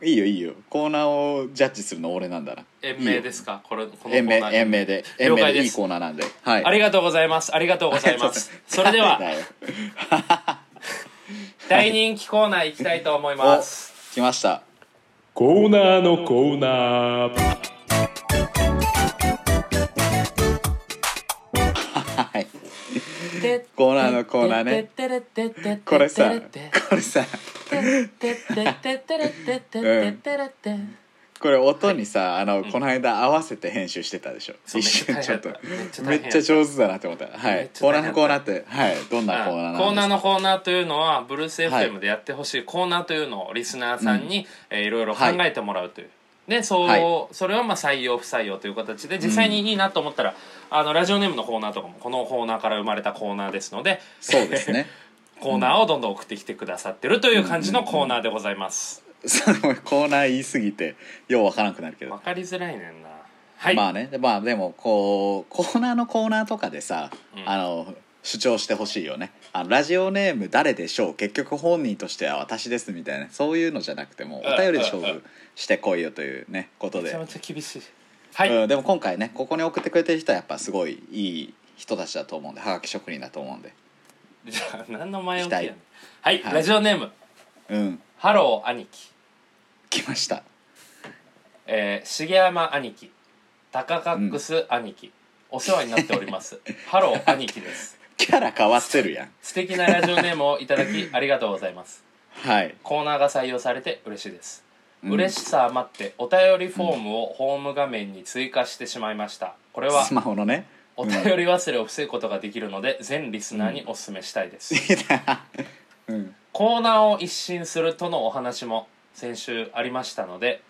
[SPEAKER 1] ーいいよいいよコーナーをジャッジするの俺なんだな
[SPEAKER 2] 延命ですかこれこのコー
[SPEAKER 1] 延命
[SPEAKER 2] ナー
[SPEAKER 1] 延命で延
[SPEAKER 2] 了
[SPEAKER 1] 命
[SPEAKER 2] 解
[SPEAKER 1] でい
[SPEAKER 2] で
[SPEAKER 1] い
[SPEAKER 2] す
[SPEAKER 1] コーナーなんではい
[SPEAKER 2] ありがとうございますありがとうございますそれで は
[SPEAKER 1] だよ
[SPEAKER 2] 大人気コーナー行きたいと思います。
[SPEAKER 1] 来ました
[SPEAKER 3] コーナーのコーナー
[SPEAKER 1] はいコーナーのコーナーね。これさこれさこれ音にさあの、この間合わせて編集してたでしょ
[SPEAKER 2] そう
[SPEAKER 1] 一瞬ちょっと
[SPEAKER 2] め
[SPEAKER 1] め
[SPEAKER 2] っ
[SPEAKER 1] っ
[SPEAKER 2] ち
[SPEAKER 1] ち
[SPEAKER 2] ゃ
[SPEAKER 1] ゃ
[SPEAKER 2] 大変
[SPEAKER 1] 上手だなって思ったは
[SPEAKER 2] めっ
[SPEAKER 1] い
[SPEAKER 2] ちゃ
[SPEAKER 1] コー
[SPEAKER 2] 大
[SPEAKER 1] ナ
[SPEAKER 2] 変だ
[SPEAKER 1] ーのコーナーってはいどん
[SPEAKER 2] コ
[SPEAKER 1] なコーナーなんですか
[SPEAKER 2] ーナーのコーナーというのはブルース
[SPEAKER 1] はい
[SPEAKER 2] FM でやってほしいコーナーというのをリスナーさんにえーいろいろ考えてもらうという。で
[SPEAKER 1] はい
[SPEAKER 2] そうそれをまあ採用不採用という形で実際にいいなと思ったらあのラジオネームのコーナーとかもこのコーナーから生まれたコーナーですので
[SPEAKER 1] そうですね
[SPEAKER 2] コーナーをどんどん送ってきてくださってるという感じのコーナーでございます。
[SPEAKER 1] そのコーナー言いすぎてようわからなくなるけど
[SPEAKER 2] わかりづらいねんな。はい。
[SPEAKER 1] まあねでまあでもこうコーナーのコーナーとかでさ、
[SPEAKER 2] うん
[SPEAKER 1] あの主張してほしいよねあのラジオネーム誰でしょう結局本人としては私ですみたいなそういうのじゃなくてもうお便りで勝負してこいよというねこと
[SPEAKER 2] め
[SPEAKER 1] で
[SPEAKER 2] ちゃめちゃ厳しい。はい。
[SPEAKER 1] うん、でも今回ねここに送ってくれてる人はやっぱすごいいい人たちだと思うんではがき職人だと思うんで
[SPEAKER 2] じゃあ何の前置きやねん
[SPEAKER 1] 行き
[SPEAKER 2] はい、
[SPEAKER 1] はい
[SPEAKER 2] ラジオネーム
[SPEAKER 1] うん
[SPEAKER 2] ハロー兄貴、
[SPEAKER 1] 来ました
[SPEAKER 2] えー、重山兄貴タカカックス兄貴、お世話になっております ハロー兄貴です
[SPEAKER 1] キャラ変わってるやん
[SPEAKER 2] 素敵 なラジオネームをいただきありがとうございます
[SPEAKER 1] はい
[SPEAKER 2] コーナーが採用されて嬉しいです
[SPEAKER 1] うん
[SPEAKER 2] 嬉しさ余ってお便りフォームをホーム画面に追加してしまいましたこれは
[SPEAKER 1] スマホのね
[SPEAKER 2] お便り忘れを防ぐことができるので全リスナーにお勧めしたいです、
[SPEAKER 1] うん、
[SPEAKER 2] コーナーを一新するとのお話も先週ありましたので、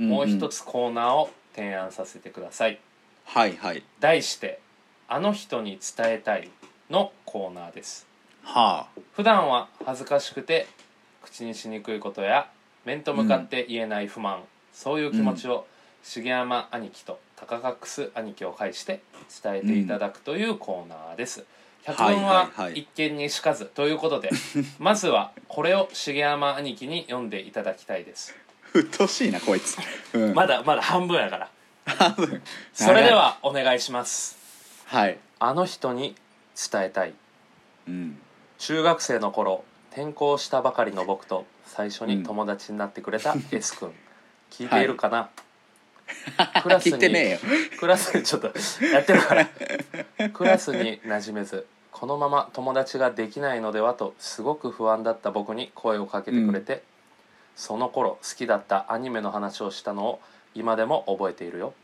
[SPEAKER 1] うん
[SPEAKER 2] もう一
[SPEAKER 1] ん
[SPEAKER 2] つコーナーを提案させてください
[SPEAKER 1] はいはい
[SPEAKER 2] 題して「あの人に伝えたい」のコーナーです
[SPEAKER 1] は
[SPEAKER 2] 普段は恥ずかしくて口にしにくいことや面と向かって言えない不満、そういう気持ちを重山兄貴と高隠兄貴を介して伝えていただくというコーナーです。百聞は
[SPEAKER 1] はいはいはい
[SPEAKER 2] 一見にしかずということで、まずはこれを重山兄貴に読んでいただきたいです。
[SPEAKER 1] あうっとうしいなこいつ、うん、
[SPEAKER 2] まだまだ半分やから。
[SPEAKER 1] 多分
[SPEAKER 2] それではお願いします。
[SPEAKER 1] はい、
[SPEAKER 2] あの人に伝えたい。
[SPEAKER 1] うん、
[SPEAKER 2] 中学生の頃転校したばかりの僕と最初に友達になってくれた S 君、聞いているかな、クラス
[SPEAKER 1] 聞いて
[SPEAKER 2] に
[SPEAKER 1] ね
[SPEAKER 2] クラスにちょっとやってるからクラスに馴染めずこのまま友達ができないのではとすごく不安だった僕に声をかけてくれて、その頃好きだったアニメの話をしたのを今でも覚えているよ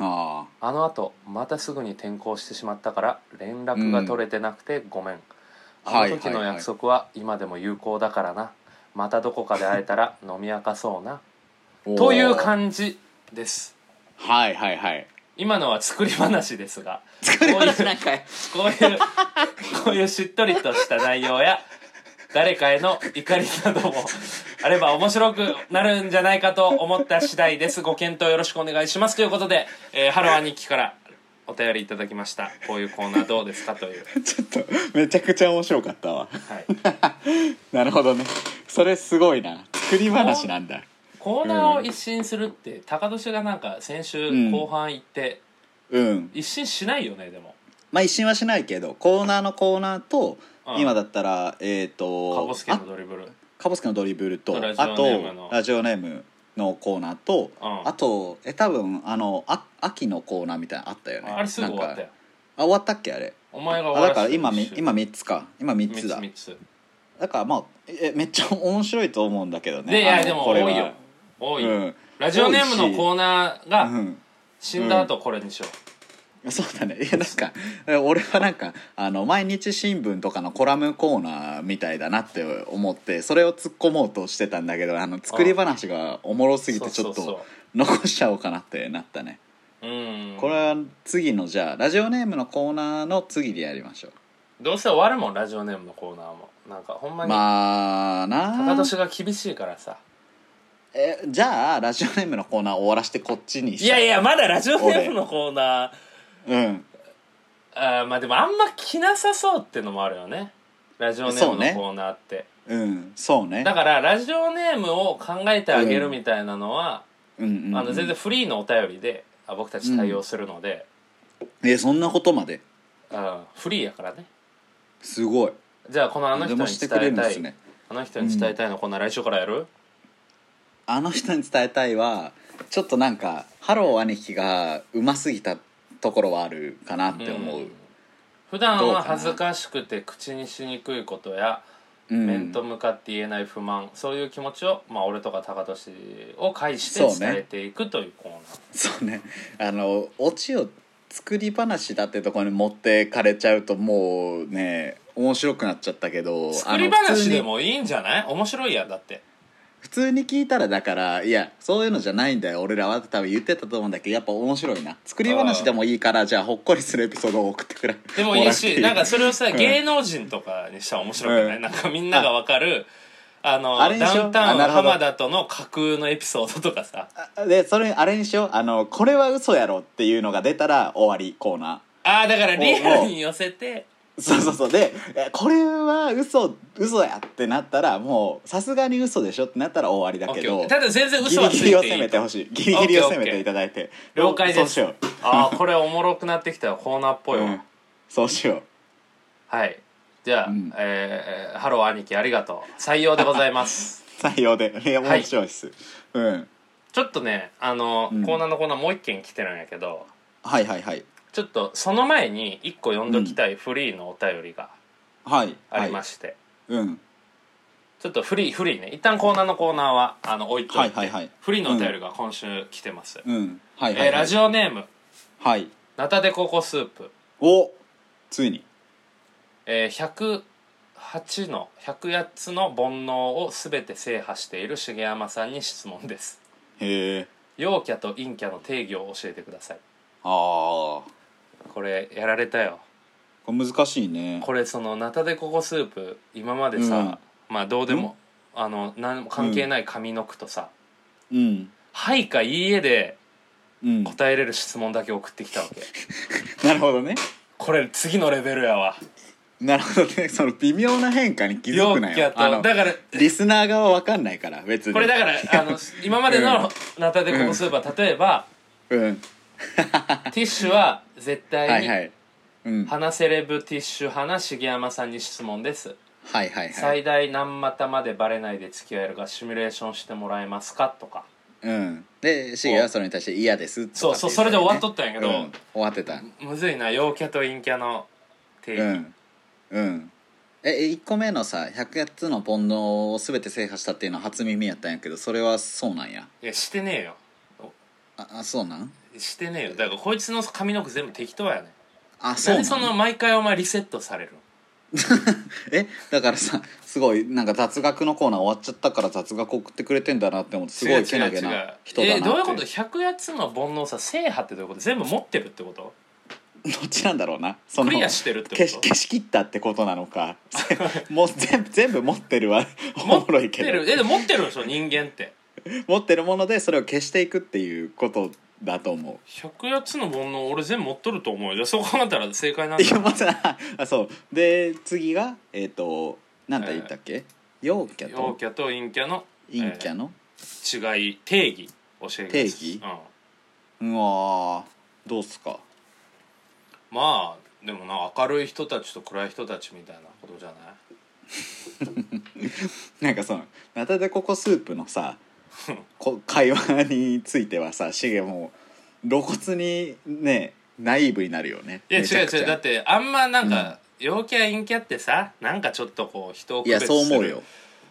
[SPEAKER 1] えよあ
[SPEAKER 2] あのあとまたすぐに転校してしまったから連絡が取れてなくてごめん、あの時の約束は今でも有効だからなまたどこかで会えたら飲み明かそうな
[SPEAKER 1] あ
[SPEAKER 2] という
[SPEAKER 1] じ
[SPEAKER 2] 感じです
[SPEAKER 1] はいはいはい
[SPEAKER 2] 今のは作り話ですが
[SPEAKER 1] 作り話なんかい
[SPEAKER 2] こういうこういうしっとりとした内容や誰かへの怒りなどもあれば面白くなるんじゃないかと思った次第ですご検討よろしくお願いしますということで、えー、ハロー兄貴からお便りいただきましたこういうコーナーどうですかという、
[SPEAKER 1] ちょっとめちゃくちゃ面白かったわ
[SPEAKER 2] はい、
[SPEAKER 1] なるほどねそれすごいな作り話なんだ
[SPEAKER 2] コーナーを一新するって高年がなんか先週後半行って
[SPEAKER 1] うん
[SPEAKER 2] 一新しないよねでも
[SPEAKER 1] まあ一新はしないけどコーナーのコーナーと
[SPEAKER 2] うん
[SPEAKER 1] 今だったらえっ、と
[SPEAKER 2] カボスケ
[SPEAKER 1] あ
[SPEAKER 2] のドリブル
[SPEAKER 1] カボスケのドリブルと
[SPEAKER 2] とラジオ
[SPEAKER 1] あ
[SPEAKER 2] ネームの
[SPEAKER 1] とラジオネームのコーナーと、
[SPEAKER 2] うん
[SPEAKER 1] あとえ多分あのあ秋のコーナーみたいなのあったよね
[SPEAKER 2] あれすぐ終わった
[SPEAKER 1] なん
[SPEAKER 2] よ
[SPEAKER 1] かあ終わったっけあれ
[SPEAKER 2] お前が
[SPEAKER 1] あ
[SPEAKER 2] 終わ
[SPEAKER 1] だから
[SPEAKER 2] せて
[SPEAKER 1] 今み
[SPEAKER 2] 一緒
[SPEAKER 1] 今3つか今3
[SPEAKER 2] 三
[SPEAKER 1] つだ
[SPEAKER 2] つ三つ
[SPEAKER 1] だからまあえめっちゃ面白いと思うんだけどね
[SPEAKER 2] でい
[SPEAKER 1] あ
[SPEAKER 2] や
[SPEAKER 1] の
[SPEAKER 2] でも
[SPEAKER 1] これは
[SPEAKER 2] 多いよ多いよ、
[SPEAKER 1] うん
[SPEAKER 2] ラジオネームのコーナー
[SPEAKER 1] う
[SPEAKER 2] が
[SPEAKER 1] ん
[SPEAKER 2] 死んだ後これにしよ
[SPEAKER 1] そうだねいやなんかえ俺はなんかあの毎日新聞とかのコラムコーナーみたいだなって思ってそれを突っ込もうとしてたんだけどあの作り話がおもろ
[SPEAKER 2] う
[SPEAKER 1] すぎてちょっ
[SPEAKER 2] そうそう
[SPEAKER 1] と残しちゃおうかなってなったね
[SPEAKER 2] そううん
[SPEAKER 1] これは次のじゃあラジオネームのコーナーの次でやりましょう
[SPEAKER 2] どうせ終わるもんラジオネームのコーナーもなんかほんまに
[SPEAKER 1] まあ
[SPEAKER 2] 高
[SPEAKER 1] なあ
[SPEAKER 2] 年が厳しいからさ
[SPEAKER 1] えじゃあラジオネームのコーナー終わらしてこっちにし
[SPEAKER 2] いやい
[SPEAKER 1] や
[SPEAKER 2] やまだラジオネームのコーナー
[SPEAKER 1] うん
[SPEAKER 2] あーまあでもあんま着なさそうってのもあるよねラジオネームのコーナーって、
[SPEAKER 1] うんそうね
[SPEAKER 2] だからラジオネームを考えてあげるみたいなのは、
[SPEAKER 1] うんうんうん
[SPEAKER 2] あの全然フリーのお便りであ僕たち対応するので、
[SPEAKER 1] えそんなことまで
[SPEAKER 2] うんフリーやからね
[SPEAKER 1] すごい
[SPEAKER 2] じゃあこのあの
[SPEAKER 1] で
[SPEAKER 2] 人
[SPEAKER 1] も
[SPEAKER 2] に
[SPEAKER 1] して
[SPEAKER 2] 伝
[SPEAKER 1] くれ
[SPEAKER 2] え
[SPEAKER 1] るんで
[SPEAKER 2] た
[SPEAKER 1] す
[SPEAKER 2] い、
[SPEAKER 1] ね
[SPEAKER 2] あの人に伝えたいのコーナー来週からやる
[SPEAKER 1] あの人に伝えたいはちょっとなんかハロー兄貴がうますぎたところはあるかなって思う、
[SPEAKER 2] ん普段
[SPEAKER 1] どうか
[SPEAKER 2] は
[SPEAKER 1] な
[SPEAKER 2] 恥ずかしくて口にしにくいことや、
[SPEAKER 1] うん
[SPEAKER 2] 面と向かって言えない不満そういう気持ちを、まあ、俺とか高俊を介して
[SPEAKER 1] そうね
[SPEAKER 2] 伝えていくというコーナー
[SPEAKER 1] そうねあのオチを作り話だってところに持ってかれちゃうともうね面白くなっちゃったけど
[SPEAKER 2] 作り
[SPEAKER 1] あの普通
[SPEAKER 2] 話
[SPEAKER 1] に
[SPEAKER 2] でもいいんじゃない面白いやんだって
[SPEAKER 1] 普通に聞いたらだからいやそういうのじゃないんだよ俺らはって多分言ってたと思うんだけどやっぱ面白いな作り話でもいいからじゃあほっこりするエピソードを送ってくれ
[SPEAKER 2] でもいい
[SPEAKER 1] もらっ
[SPEAKER 2] してなんかそれをさ、
[SPEAKER 1] ん
[SPEAKER 2] 芸能人とかにしたら面白くない、
[SPEAKER 1] うん
[SPEAKER 2] なんかみんながわかるあの
[SPEAKER 1] あれでしょ
[SPEAKER 2] ダウンタウ
[SPEAKER 1] あ
[SPEAKER 2] ン
[SPEAKER 1] なるほど
[SPEAKER 2] 浜田との架空のエピソードとかさ
[SPEAKER 1] あでそれあれにしようあのこれは嘘やろっていうのが出たら終わりコーナー
[SPEAKER 2] ああだからリアルに寄せて
[SPEAKER 1] そうそうそうでえこれは嘘嘘やってなったらもうさすがに嘘でしょってなったら終わりだけ
[SPEAKER 2] オッケーオッケ
[SPEAKER 1] ど
[SPEAKER 2] ーただ全然
[SPEAKER 1] ギ
[SPEAKER 2] 嘘
[SPEAKER 1] リ
[SPEAKER 2] はつ
[SPEAKER 1] ギリ
[SPEAKER 2] い
[SPEAKER 1] を
[SPEAKER 2] て
[SPEAKER 1] 攻
[SPEAKER 2] いい
[SPEAKER 1] め
[SPEAKER 2] と
[SPEAKER 1] てほしいギリギリを攻めていただいて
[SPEAKER 2] 了解です
[SPEAKER 1] そうしよう
[SPEAKER 2] ああこれおもろくなってきたよコーナーっぽいわ、
[SPEAKER 1] うんそうしよ
[SPEAKER 2] はいじゃあ、
[SPEAKER 1] うん
[SPEAKER 2] えーハロー兄貴ありがとう採用でございます
[SPEAKER 1] う採用でいや
[SPEAKER 2] はい
[SPEAKER 1] 面白いっす、うん
[SPEAKER 2] ちょっとねあの、
[SPEAKER 1] うん
[SPEAKER 2] コーナーのコーナーもう一件来てるんやけど
[SPEAKER 1] はいはいはい
[SPEAKER 2] ちょっとその前に一個読んどきたいフリーのお便りが
[SPEAKER 1] はい
[SPEAKER 2] ありま
[SPEAKER 1] し
[SPEAKER 2] して、
[SPEAKER 1] た、はい、うん
[SPEAKER 2] ちょっとフリーフリーね一旦コーナーのコーナーはあの置いといて、
[SPEAKER 1] はいはいはい
[SPEAKER 2] フリーのお便りが今週来てます、
[SPEAKER 1] うんはいはい、
[SPEAKER 2] えーラジオネーム
[SPEAKER 1] オはい
[SPEAKER 2] 「ナタデココスープ
[SPEAKER 1] おついに」
[SPEAKER 2] えー、108の108つの煩悩を全て制覇している茂山さんに質問です
[SPEAKER 1] へえ
[SPEAKER 2] 陽キャと陰キャの定義を教えてください
[SPEAKER 1] あー
[SPEAKER 2] これやられたよ
[SPEAKER 1] これ難しいね
[SPEAKER 2] これそのナタデココスープ今までさ、まあどうでも、あのなん関係ない上の句とさ「
[SPEAKER 1] うん
[SPEAKER 2] はい」か「いいえ」で
[SPEAKER 1] うん
[SPEAKER 2] 答えれる質問だけ送ってきたわ け
[SPEAKER 1] なるほどね
[SPEAKER 2] これ次のレベルやわ
[SPEAKER 1] なるほどねその微妙な変化に気づ
[SPEAKER 2] 陽キ
[SPEAKER 1] くな
[SPEAKER 2] ャ
[SPEAKER 1] よあ
[SPEAKER 2] と
[SPEAKER 1] の
[SPEAKER 2] だから
[SPEAKER 1] リスナー側わかんないから別に
[SPEAKER 2] これだからあの今まで
[SPEAKER 1] うん
[SPEAKER 2] のナタデココスープは例えば、
[SPEAKER 1] うん
[SPEAKER 2] ティッシュは絶
[SPEAKER 1] は
[SPEAKER 2] 対
[SPEAKER 1] い
[SPEAKER 2] に
[SPEAKER 1] はいうんはい
[SPEAKER 2] 花セレブティッシュ派な茂山さんに質問です
[SPEAKER 1] はいはい
[SPEAKER 2] 最大何股までバレないで付き合えるかシミュレーションしてもらえますかとか
[SPEAKER 1] うんでシゲはそれに対して嫌ですとか
[SPEAKER 2] そうそう
[SPEAKER 1] ってい
[SPEAKER 2] それで終わっと
[SPEAKER 1] っ
[SPEAKER 2] ったんや
[SPEAKER 1] た
[SPEAKER 2] けど、
[SPEAKER 1] うん、終わってた
[SPEAKER 2] むずいな陽キャと陰キャの定義、
[SPEAKER 1] うんうんえ1個目のさ100つの煩悩を全て制覇したっていうのは初耳やったんやけどそれはそうなんや
[SPEAKER 2] いやしてねえよ
[SPEAKER 1] ああそうなん
[SPEAKER 2] してねえよだからこいつの髪の毛全部適当やね
[SPEAKER 1] あそ
[SPEAKER 2] な
[SPEAKER 1] うんな
[SPEAKER 2] で
[SPEAKER 1] ん
[SPEAKER 2] その毎回お前リセットされるの
[SPEAKER 1] えだからさすごいなんか雑学のコーナー終わっちゃったから雑学送ってくれてんだなって思ってすご
[SPEAKER 2] 違う
[SPEAKER 1] いけなげ
[SPEAKER 2] 違う違う
[SPEAKER 1] な人だなっ
[SPEAKER 2] え
[SPEAKER 1] て
[SPEAKER 2] どういうこと100やつの煩悩さ制覇ってどういうこと全部持ってるってこと
[SPEAKER 1] どっちなんだろうなその
[SPEAKER 2] クリアしてるって
[SPEAKER 1] 消
[SPEAKER 2] こ
[SPEAKER 1] し
[SPEAKER 2] と
[SPEAKER 1] 消し切ったってことなのか もう全部全部持ってる はお
[SPEAKER 2] 持
[SPEAKER 1] も
[SPEAKER 2] っ
[SPEAKER 1] ろい
[SPEAKER 2] て
[SPEAKER 1] けど
[SPEAKER 2] るえでも持ってるでしょ人間って
[SPEAKER 1] 持ってるものでそれを消していくっていうことだと思う
[SPEAKER 2] 100やつの煩悩俺全部持っとると思うよじゃあそう考えたら正解なん
[SPEAKER 1] いや
[SPEAKER 2] だ
[SPEAKER 1] またあそうで次がえっ、となんて言ったっけ、陽キャ
[SPEAKER 2] 陽
[SPEAKER 1] と
[SPEAKER 2] キャと陰キャの
[SPEAKER 1] 陰キャの、
[SPEAKER 2] 違い定義教えてください
[SPEAKER 1] 定義
[SPEAKER 2] うん
[SPEAKER 1] うわーどうっすか
[SPEAKER 2] まあでもな明るい人たちと暗い人たちみたいなことじゃない
[SPEAKER 1] なんかそのナタデココスープの さこ会話についてはさシゲもう露骨にねナイーブになるよね
[SPEAKER 2] いや
[SPEAKER 1] めちゃ
[SPEAKER 2] 違う
[SPEAKER 1] くちゃ
[SPEAKER 2] 違うだってあんまなんか、陽キャ陰キャってさなんかちょっとこう人を
[SPEAKER 1] い
[SPEAKER 2] 区
[SPEAKER 1] や
[SPEAKER 2] 別する
[SPEAKER 1] そう思うよ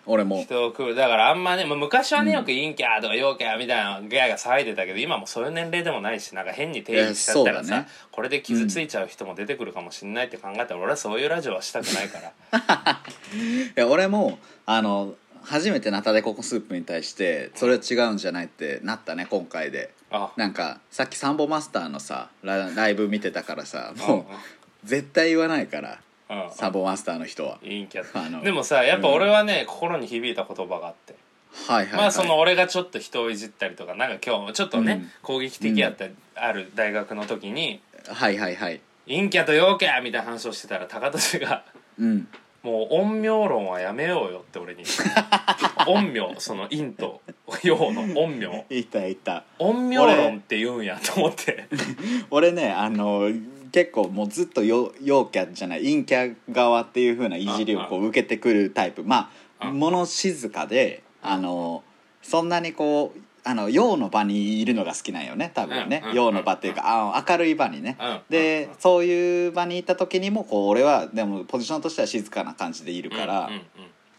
[SPEAKER 1] 俺も
[SPEAKER 2] 人を区別だからあんまね、まあ、昔はねよく陰キャとか陽キャみたいなギャーが騒いでたけど今もそういう年齢でもないしなんか変に定義しちゃったら
[SPEAKER 1] いやそうだ
[SPEAKER 2] さ、
[SPEAKER 1] ね
[SPEAKER 2] これで傷ついちゃう人も出てくるかもしんないって考えたら、俺はそういうラジオはしたくないから
[SPEAKER 1] いや俺もあの初めてナタデココスープに対してそれは違うんじゃないってなったね今回で
[SPEAKER 2] あ
[SPEAKER 1] なんかさっきサンボマスターのさラライブ見てたからさ
[SPEAKER 2] あ
[SPEAKER 1] もう絶対言わないから
[SPEAKER 2] うんうん
[SPEAKER 1] サンボマスターの人は
[SPEAKER 2] 陰キ
[SPEAKER 1] あ
[SPEAKER 2] ャ
[SPEAKER 1] の
[SPEAKER 2] でもさやっぱ俺はね、心に響いた言葉があって
[SPEAKER 1] はいはい、はい、
[SPEAKER 2] まあその俺がちょっと人をいじったりとかなんか今日もちょっとね、
[SPEAKER 1] うん
[SPEAKER 2] 攻撃的やった、ある大学の時に
[SPEAKER 1] はいはいはい
[SPEAKER 2] 陰キャと陽キャみたいな話をしてたら高俊が
[SPEAKER 1] うん
[SPEAKER 2] 「もう陰陽論はやめようよ」って 俺に「陰陽その陰と陽の陰陽
[SPEAKER 1] いたいた
[SPEAKER 2] 陰陽論って言うんや」と思って
[SPEAKER 1] 俺ねあの結構もうずっと陽陽キャじゃない陰キャ側っていう風ないじりをこう受けてくるタイプまあ
[SPEAKER 2] うん
[SPEAKER 1] 物静かであのそんなにこうあの陽の場にいるのが好きなんよね多分ね
[SPEAKER 2] うんうん
[SPEAKER 1] 陽の場っていうかあの明るい場にね
[SPEAKER 2] うん
[SPEAKER 1] でそういう場にいた時にもこう俺はでもポジションとしては静かな感じでいるか
[SPEAKER 2] う
[SPEAKER 1] ら
[SPEAKER 2] ん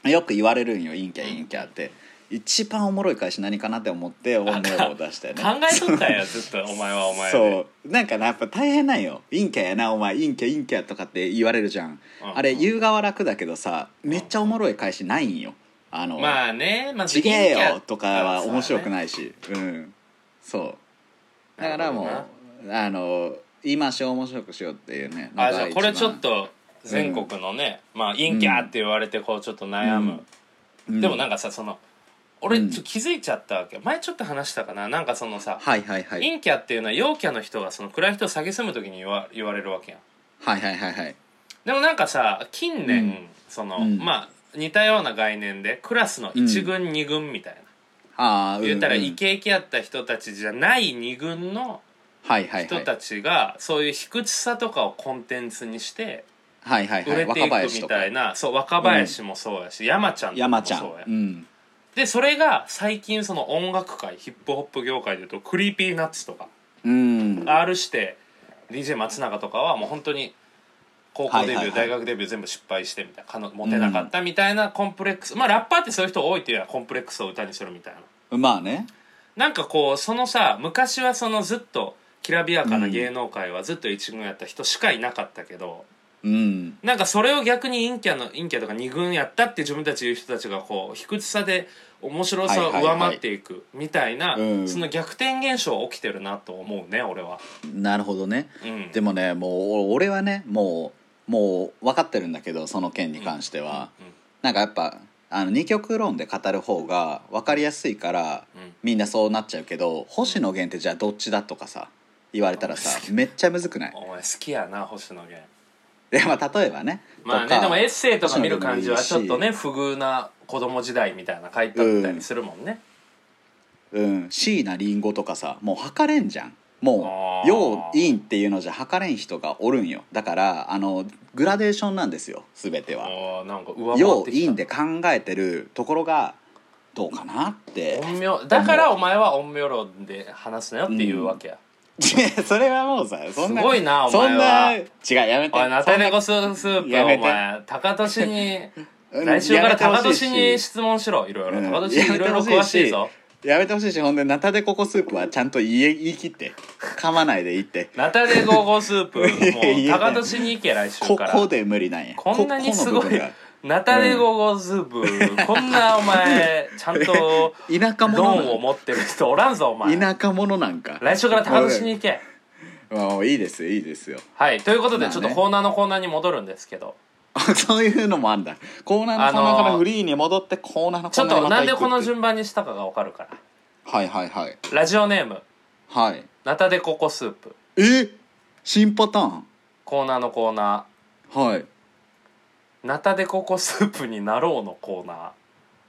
[SPEAKER 2] うん
[SPEAKER 1] よく言われるんよ陰キャ陰キャって一番おもろい返し何かなって思って音楽を出したよね
[SPEAKER 2] 考えとったんやずっとお前はお前で
[SPEAKER 1] そうなんかなやっぱ大変なんよ陰キャやなお前陰キャ陰キャとかって言われるじゃん、
[SPEAKER 2] うん
[SPEAKER 1] あれ言う側楽だけどさめっちゃおもろい返しないんよあの「
[SPEAKER 2] まあねまあ
[SPEAKER 1] ちげえよ!」とかは面白くないしうんそうだからも
[SPEAKER 2] なるほ
[SPEAKER 1] うあの言い回しを面白くしようっていうね
[SPEAKER 2] あじゃあこれちょっ
[SPEAKER 1] のが
[SPEAKER 2] と全国のね、まあ陰キャーって言われてこうちょっと悩む、
[SPEAKER 1] 一番うん
[SPEAKER 2] でもなんかさその俺
[SPEAKER 1] うん
[SPEAKER 2] ちょっと気づいちゃったわけ、前ちょっと話したかななんかそのさ、
[SPEAKER 1] はいはいはい
[SPEAKER 2] 陰キャっていうのは陽キャの人がその暗い人を下げすむ時に言わ言われるわけやん
[SPEAKER 1] はいはいはいはい
[SPEAKER 2] でもなんかさ近年、その、
[SPEAKER 1] うん
[SPEAKER 2] まあ似たような概念でクラスの1軍、2軍みたいな
[SPEAKER 1] ああ
[SPEAKER 2] 言ったら
[SPEAKER 1] うんうん
[SPEAKER 2] イケイケやった人たちじゃない2軍の
[SPEAKER 1] はいはいは
[SPEAKER 2] 人
[SPEAKER 1] い
[SPEAKER 2] たちがそういう卑屈さとかをコンテンツにして、
[SPEAKER 1] はいはい
[SPEAKER 2] 売
[SPEAKER 1] は
[SPEAKER 2] れ
[SPEAKER 1] い
[SPEAKER 2] てい
[SPEAKER 1] 若
[SPEAKER 2] く
[SPEAKER 1] 林
[SPEAKER 2] み
[SPEAKER 1] とか
[SPEAKER 2] たいなそう若林もそうやし、山ちゃんとかも
[SPEAKER 1] 山ちゃ
[SPEAKER 2] そうや
[SPEAKER 1] んうん
[SPEAKER 2] でそれが最近その音楽界ヒップホップ業界でいうとクリーピーナッツとか
[SPEAKER 1] うん
[SPEAKER 2] R して DJ 松永とかはもう本当に高校デビュー、
[SPEAKER 1] はいはいは
[SPEAKER 2] 大
[SPEAKER 1] い
[SPEAKER 2] 学デビュー全部失敗してみたいなかのモテなかったみたいなコンプレックス、まあラッパーってそういう人多いっていうのはコンプレックスを歌にするみたいな
[SPEAKER 1] まあね
[SPEAKER 2] なんかこうそのさ昔はそのずっときらびやかな芸能界はずっと一軍やった人しかいなかったけど、
[SPEAKER 1] うん
[SPEAKER 2] なんかそれを逆に陰キャの陰キャとか二軍やったって自分たちいう人たちがこう卑屈さで面白さを上回っていくみたいな、
[SPEAKER 1] うん
[SPEAKER 2] その逆転現象起きてるなと思うね俺は。
[SPEAKER 1] なるほどね
[SPEAKER 2] うん、
[SPEAKER 1] でもねもうお俺はねもうもう分かってるんだけどその件に関しては、なんかやっぱあの二極論で語る方が分かりやすいから
[SPEAKER 2] うん、うん
[SPEAKER 1] みんなそうなっちゃうけど星野源ってじゃあどっちだとかさ言われたらさめっちゃむず くない
[SPEAKER 2] お前好きやな星野源
[SPEAKER 1] で、まあ、例えばね
[SPEAKER 2] まあ
[SPEAKER 1] と
[SPEAKER 2] ね
[SPEAKER 1] か
[SPEAKER 2] でもエッセイとか見る感じはちょっとね不遇な子供時代みたいな書いてあったりするもんね、
[SPEAKER 1] うん椎名林檎とかさもう測れんじゃんも
[SPEAKER 2] あ
[SPEAKER 1] う
[SPEAKER 2] ー
[SPEAKER 1] 陽陰っていうのじゃ測れん人がおるんよだからあのグラデーションなんですよ全て
[SPEAKER 2] あ
[SPEAKER 1] は
[SPEAKER 2] あなんか上回っ
[SPEAKER 1] 陽
[SPEAKER 2] てき
[SPEAKER 1] 陰で
[SPEAKER 2] た
[SPEAKER 1] 考えてるところがどうかなって
[SPEAKER 2] 陰陽だからお前は陰陽論で話すなよっていうわけや、
[SPEAKER 1] いやそれはもうさそんな
[SPEAKER 2] すごいなお
[SPEAKER 1] そ
[SPEAKER 2] 前
[SPEAKER 1] んな
[SPEAKER 2] は
[SPEAKER 1] 違うやめて
[SPEAKER 2] おいナタネコススープ
[SPEAKER 1] やめ
[SPEAKER 2] お
[SPEAKER 1] て
[SPEAKER 2] 前高年に
[SPEAKER 1] そんな
[SPEAKER 2] 来週から
[SPEAKER 1] やめ
[SPEAKER 2] 高
[SPEAKER 1] てほしいし
[SPEAKER 2] 年に質問しろいろいろ
[SPEAKER 1] うん
[SPEAKER 2] 高年にいろいろ詳しいぞ
[SPEAKER 1] やめてほしいしほんでナタデココスープはちゃんと言い言い切って噛まないで言って
[SPEAKER 2] ナタデゴゴスープもう
[SPEAKER 1] いや
[SPEAKER 2] 高年に行け来週
[SPEAKER 1] こ
[SPEAKER 2] から
[SPEAKER 1] こで無理なんや
[SPEAKER 2] こんなにすご
[SPEAKER 1] ここの部
[SPEAKER 2] い
[SPEAKER 1] 分が
[SPEAKER 2] ナタデゴゴスープこんなお前ちゃんと
[SPEAKER 1] 田舎
[SPEAKER 2] ロ
[SPEAKER 1] 者なん
[SPEAKER 2] ーンを持ってる人おらんぞお前
[SPEAKER 1] 田舎者なんか
[SPEAKER 2] 来週から高年に行け
[SPEAKER 1] まあもういいですよいいですよ
[SPEAKER 2] はいということ
[SPEAKER 1] まあ
[SPEAKER 2] で
[SPEAKER 1] ね
[SPEAKER 2] ちょっとコーナーのコーナーに戻るんですけど
[SPEAKER 1] そういうのもあんだコーナーのコーナーからフリーに戻ってコーナーのコ
[SPEAKER 2] ち
[SPEAKER 1] ー
[SPEAKER 2] ょっ
[SPEAKER 1] ナーに
[SPEAKER 2] と
[SPEAKER 1] ま
[SPEAKER 2] な
[SPEAKER 1] た
[SPEAKER 2] んで
[SPEAKER 1] 行くっていう
[SPEAKER 2] この順番にしたかがわかるから
[SPEAKER 1] はいはいはい
[SPEAKER 2] ラジオネーム
[SPEAKER 1] はい
[SPEAKER 2] ナタデココスープ
[SPEAKER 1] え新パターン
[SPEAKER 2] コーナーのコーナ
[SPEAKER 1] はい
[SPEAKER 2] ーナタデココスープになろうのコーナ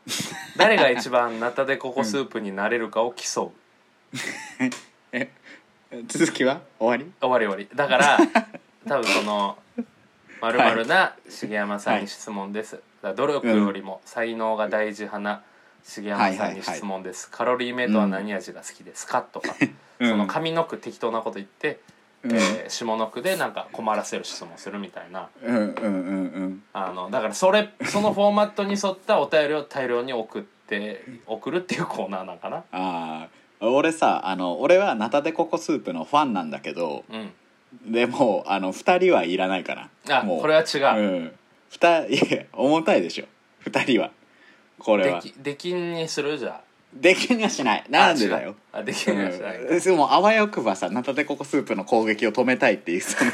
[SPEAKER 2] ー誰が一番ナタデココスープになれるかを競う
[SPEAKER 1] 続きは終わり
[SPEAKER 2] 終わり終わりだから 多分そのまるまるな重山さんに質問です、だから努力よりも才能が大事派な重山さんに質問です、カロリーメイトは何味が好きですか、とかその上の句適当なこと言って、
[SPEAKER 1] うん
[SPEAKER 2] えー下の句でなんか困らせる質問するみたいな
[SPEAKER 1] うんうんうんうん
[SPEAKER 2] あのだからそれそのフォーマットに沿ったお便りを大量に送って送るっていうコーナーなんかな
[SPEAKER 1] ああ俺さあの俺はナタデココスープのファンなんだけど
[SPEAKER 2] うん
[SPEAKER 1] でもあの2人はいらないかな
[SPEAKER 2] あ
[SPEAKER 1] もう
[SPEAKER 2] これは違
[SPEAKER 1] う
[SPEAKER 2] う、
[SPEAKER 1] ん2人いや重たいでしょ2人はこれ
[SPEAKER 2] で
[SPEAKER 1] は
[SPEAKER 2] きできんにするじゃ
[SPEAKER 1] できにはしない
[SPEAKER 2] あ
[SPEAKER 1] なんでだよ
[SPEAKER 2] あ違うあでき
[SPEAKER 1] うん
[SPEAKER 2] にはしない、
[SPEAKER 1] ん、でもあわよくばさナタデココスープの攻撃を止めたいってい うその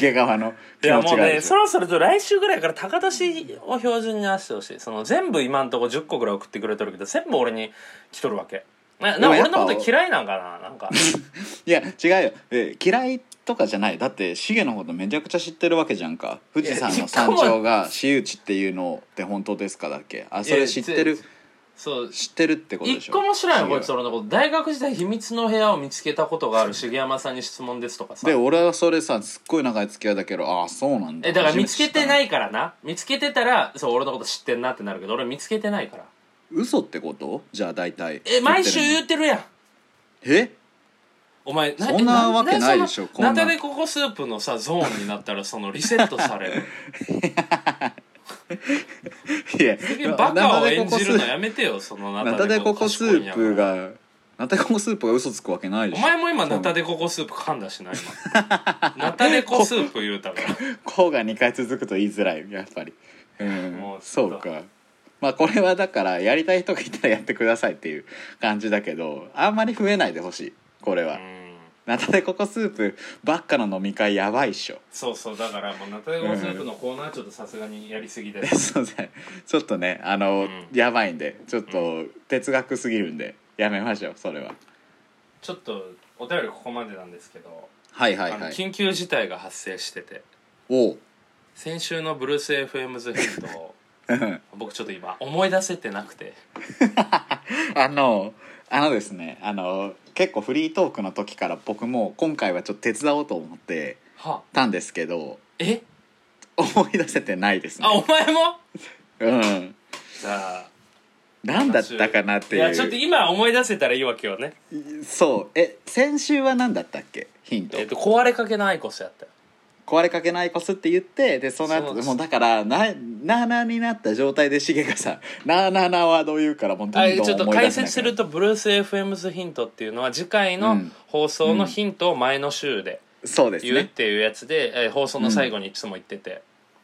[SPEAKER 1] 重川の
[SPEAKER 2] い
[SPEAKER 1] 気
[SPEAKER 2] や
[SPEAKER 1] 持
[SPEAKER 2] も
[SPEAKER 1] ち
[SPEAKER 2] う
[SPEAKER 1] がある
[SPEAKER 2] ね
[SPEAKER 1] でし
[SPEAKER 2] そ
[SPEAKER 1] ょ
[SPEAKER 2] ろそろと来週ぐらいから高年を標準に出してほしいその全部今んとこ10個ぐらい送ってくれてるけど全部俺に来とるわけな
[SPEAKER 1] で
[SPEAKER 2] な
[SPEAKER 1] もやっ
[SPEAKER 2] 俺
[SPEAKER 1] ぱ
[SPEAKER 2] のこと嫌いなんかな なんか
[SPEAKER 1] いや違うよえ嫌いとかじゃないだって重のことめちゃくちゃ知ってるわけじゃんか富士山の山頂が私有地っていうのって本当ですかだっけあそれ知って
[SPEAKER 2] いや
[SPEAKER 1] る
[SPEAKER 2] そう
[SPEAKER 1] 知ってるってことでし
[SPEAKER 2] 一
[SPEAKER 1] ょ
[SPEAKER 2] 個も知らんよ
[SPEAKER 1] 重
[SPEAKER 2] こ
[SPEAKER 1] はい
[SPEAKER 2] つ俺のこと大学時代秘密の部屋を見つけたことがある重山さんに質問ですとかさ
[SPEAKER 1] で俺はそれさすっごい長い付き合いだけどああそうなんだ
[SPEAKER 2] えだから見つけてないいからな見つけてたらそう俺のこと知ってんなってなるけど俺見つけてないから
[SPEAKER 1] 嘘ってことじゃあ大体
[SPEAKER 2] え毎週
[SPEAKER 1] 言
[SPEAKER 2] 言
[SPEAKER 1] っ
[SPEAKER 2] ってるやん
[SPEAKER 1] てるのえ
[SPEAKER 2] お前
[SPEAKER 1] そんなわけないでしょ
[SPEAKER 2] え
[SPEAKER 1] こんな
[SPEAKER 2] なたでここスープのさゾーンになったらそのリセットされる
[SPEAKER 1] いや
[SPEAKER 2] バカを演じるのやめてよその
[SPEAKER 1] ナ
[SPEAKER 2] ナ
[SPEAKER 1] タ
[SPEAKER 2] タデ
[SPEAKER 1] デコ
[SPEAKER 2] コ
[SPEAKER 1] コ
[SPEAKER 2] コ
[SPEAKER 1] ス
[SPEAKER 2] ス
[SPEAKER 1] ー
[SPEAKER 2] ー
[SPEAKER 1] プ
[SPEAKER 2] プが
[SPEAKER 1] がナタデココスープが嘘つくわけないで
[SPEAKER 2] お
[SPEAKER 1] しょ
[SPEAKER 2] 前も今ナタデココスープ噛んだしな 今ナタデコスープ言うたか
[SPEAKER 1] こうが2回続くと言いづらいやっぱりうん
[SPEAKER 2] もうち
[SPEAKER 1] そ
[SPEAKER 2] ょっ
[SPEAKER 1] う
[SPEAKER 2] と
[SPEAKER 1] かまあこれはだからやりたい人がいたらやってくださいっていう感じだけどあんまり増えないでほしいこれは、
[SPEAKER 2] らうん
[SPEAKER 1] ナタデココスープばっかの飲み会やばいっしょ
[SPEAKER 2] そうそうだからもうナタデココスープのコーナーちょっとさすがにやりすぎです
[SPEAKER 1] そうですねちょっとねあ
[SPEAKER 2] う
[SPEAKER 1] の、
[SPEAKER 2] ん
[SPEAKER 1] やばいんでちょっと哲学すぎるんでやめましょうそれは
[SPEAKER 2] ちょっとお便りここまでなんですけど、
[SPEAKER 1] はいはい
[SPEAKER 2] あの
[SPEAKER 1] はい
[SPEAKER 2] 緊急事態が発生してて
[SPEAKER 1] おう
[SPEAKER 2] 先週のブルース FM ズヒントを僕ちょっと今思い出せてなくて
[SPEAKER 1] あのあのですねあの結構フリートークの時から僕も今回はちょっと手伝おうと思って
[SPEAKER 2] は
[SPEAKER 1] たんですけど
[SPEAKER 2] え
[SPEAKER 1] 思い出せてないです
[SPEAKER 2] あ
[SPEAKER 1] ね
[SPEAKER 2] お前も
[SPEAKER 1] うん
[SPEAKER 2] じゃ
[SPEAKER 1] 何 だったかな
[SPEAKER 2] あ
[SPEAKER 1] っ
[SPEAKER 2] い
[SPEAKER 1] ていう
[SPEAKER 2] やちょっと今思い出せたらいいわけよね
[SPEAKER 1] そうえ先週は何だったっけヒント、
[SPEAKER 2] えっと壊れかけのアイコスやったよ
[SPEAKER 1] 壊れかけないこすって言ってでその後
[SPEAKER 2] そうです
[SPEAKER 1] もうだからななあなあになった状態でシゲがさ 「なあなあなあ」はどう言うからもうどんどん
[SPEAKER 2] は
[SPEAKER 1] 思い
[SPEAKER 2] い
[SPEAKER 1] 出
[SPEAKER 2] ち
[SPEAKER 1] せ
[SPEAKER 2] ょ
[SPEAKER 1] な
[SPEAKER 2] っ
[SPEAKER 1] くな
[SPEAKER 2] と
[SPEAKER 1] る
[SPEAKER 2] 解説するとブルース FM スヒントっていうのは次回
[SPEAKER 1] う
[SPEAKER 2] の
[SPEAKER 1] ん
[SPEAKER 2] 放送のヒントを前の週で
[SPEAKER 1] そうです
[SPEAKER 2] 言うっ
[SPEAKER 1] ね
[SPEAKER 2] ていうやつで、えー放送の最後にいつも言ってて、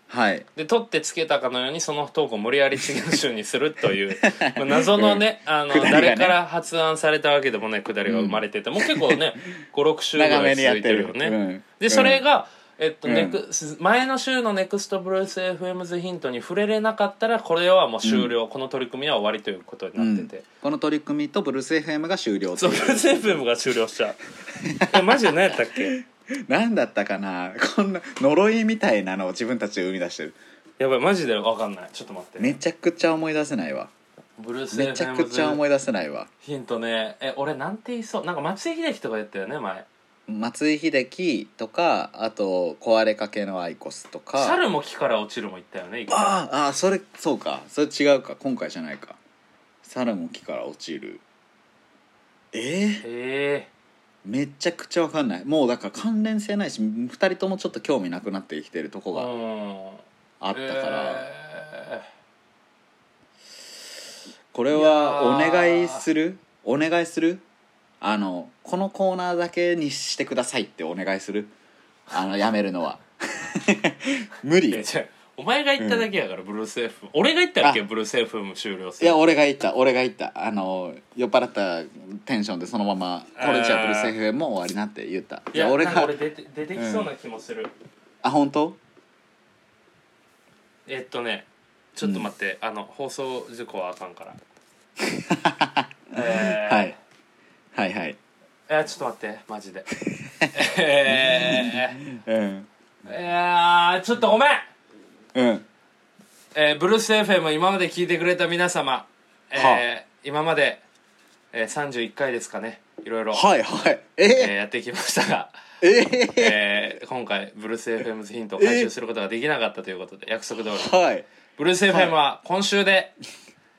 [SPEAKER 1] はい
[SPEAKER 2] で取ってつけたかのようにそのトークを無理やり次の週にするという まあ謎のね,、あの
[SPEAKER 1] くだりがね
[SPEAKER 2] 誰から発案されたわけでもないくだりが生まれてて、もう結構ね56週ぐ
[SPEAKER 1] 長
[SPEAKER 2] ら
[SPEAKER 1] め
[SPEAKER 2] い
[SPEAKER 1] にやっ
[SPEAKER 2] 続い
[SPEAKER 1] て
[SPEAKER 2] てる
[SPEAKER 1] る
[SPEAKER 2] よね。
[SPEAKER 1] うん
[SPEAKER 2] でそれが、えっと
[SPEAKER 1] うん
[SPEAKER 2] ネクス前の週のネクストブルース FM ズヒントに触れれなかったらこれはもう終了、この取り組みは終わりということになってて、
[SPEAKER 1] この取り組みとブルース FM が終了って
[SPEAKER 2] そ
[SPEAKER 1] いうう
[SPEAKER 2] ブルース FM が終了しち ゃうえマジで何やったっけ
[SPEAKER 1] 何だったかな こんな呪いみたいなのを自分たちで生み出してる
[SPEAKER 2] やばいマジで分かんないちょっと待って、
[SPEAKER 1] めちゃくちゃ思い出せないわ
[SPEAKER 2] ブルース
[SPEAKER 1] めちゃくちゃ
[SPEAKER 2] FM
[SPEAKER 1] 思
[SPEAKER 2] ズ
[SPEAKER 1] い出せないわ
[SPEAKER 2] ヒントねえ俺なんて言いそうなんか松井秀喜とか言ったよね前
[SPEAKER 1] 松井秀喜とかあと壊れかけのアイコスとか
[SPEAKER 2] 猿も木から落ちるも言ったよね一回
[SPEAKER 1] あーあーそれそうかそれ違うか今回じゃないか猿も木から落ちるえー、
[SPEAKER 2] え
[SPEAKER 1] めちゃくちゃわかんないもうだから関連性ないし2人ともちょっと興味なくなってきてると
[SPEAKER 2] えー、
[SPEAKER 1] こが
[SPEAKER 2] うん
[SPEAKER 1] あったから、
[SPEAKER 2] え
[SPEAKER 1] これはいお
[SPEAKER 2] やー
[SPEAKER 1] 願いするお願いするあのこのコーナーだけにしてくださいってお願いするあのやめる のは無理
[SPEAKER 2] ーいや違うお前が言っただけやから、ブルース FM 俺が言ったっけ
[SPEAKER 1] あ
[SPEAKER 2] ブルース FM 終了す
[SPEAKER 1] い
[SPEAKER 2] る
[SPEAKER 1] や俺が言った俺が言ったあの酔っ払ったテンションでそのまま「これじゃあブルース FM もう終わりな」って言った
[SPEAKER 2] い
[SPEAKER 1] い
[SPEAKER 2] や
[SPEAKER 1] や俺
[SPEAKER 2] 俺
[SPEAKER 1] が
[SPEAKER 2] 俺出て出てきそうな気もする、
[SPEAKER 1] あ本当
[SPEAKER 2] えっとねちょっと待って、あの放送事故はあかん から、えー
[SPEAKER 1] はいはいはい
[SPEAKER 2] えー、ちょっと待ってマジでえ
[SPEAKER 1] うん
[SPEAKER 2] ー、えー、ちょっとごめん、
[SPEAKER 1] うん
[SPEAKER 2] えー、ブルース FM 今まで聞いてくれた皆様、えー
[SPEAKER 1] は
[SPEAKER 2] 今まで、えー、31回ですかねいろいろ、
[SPEAKER 1] はいはい
[SPEAKER 2] え
[SPEAKER 1] え
[SPEAKER 2] ーやってきましたが、
[SPEAKER 1] ええ
[SPEAKER 2] えー、今回ブルース FM ヒントを回収することができなかったということで約束通り
[SPEAKER 1] ー、はい
[SPEAKER 2] ブルース FM は今週で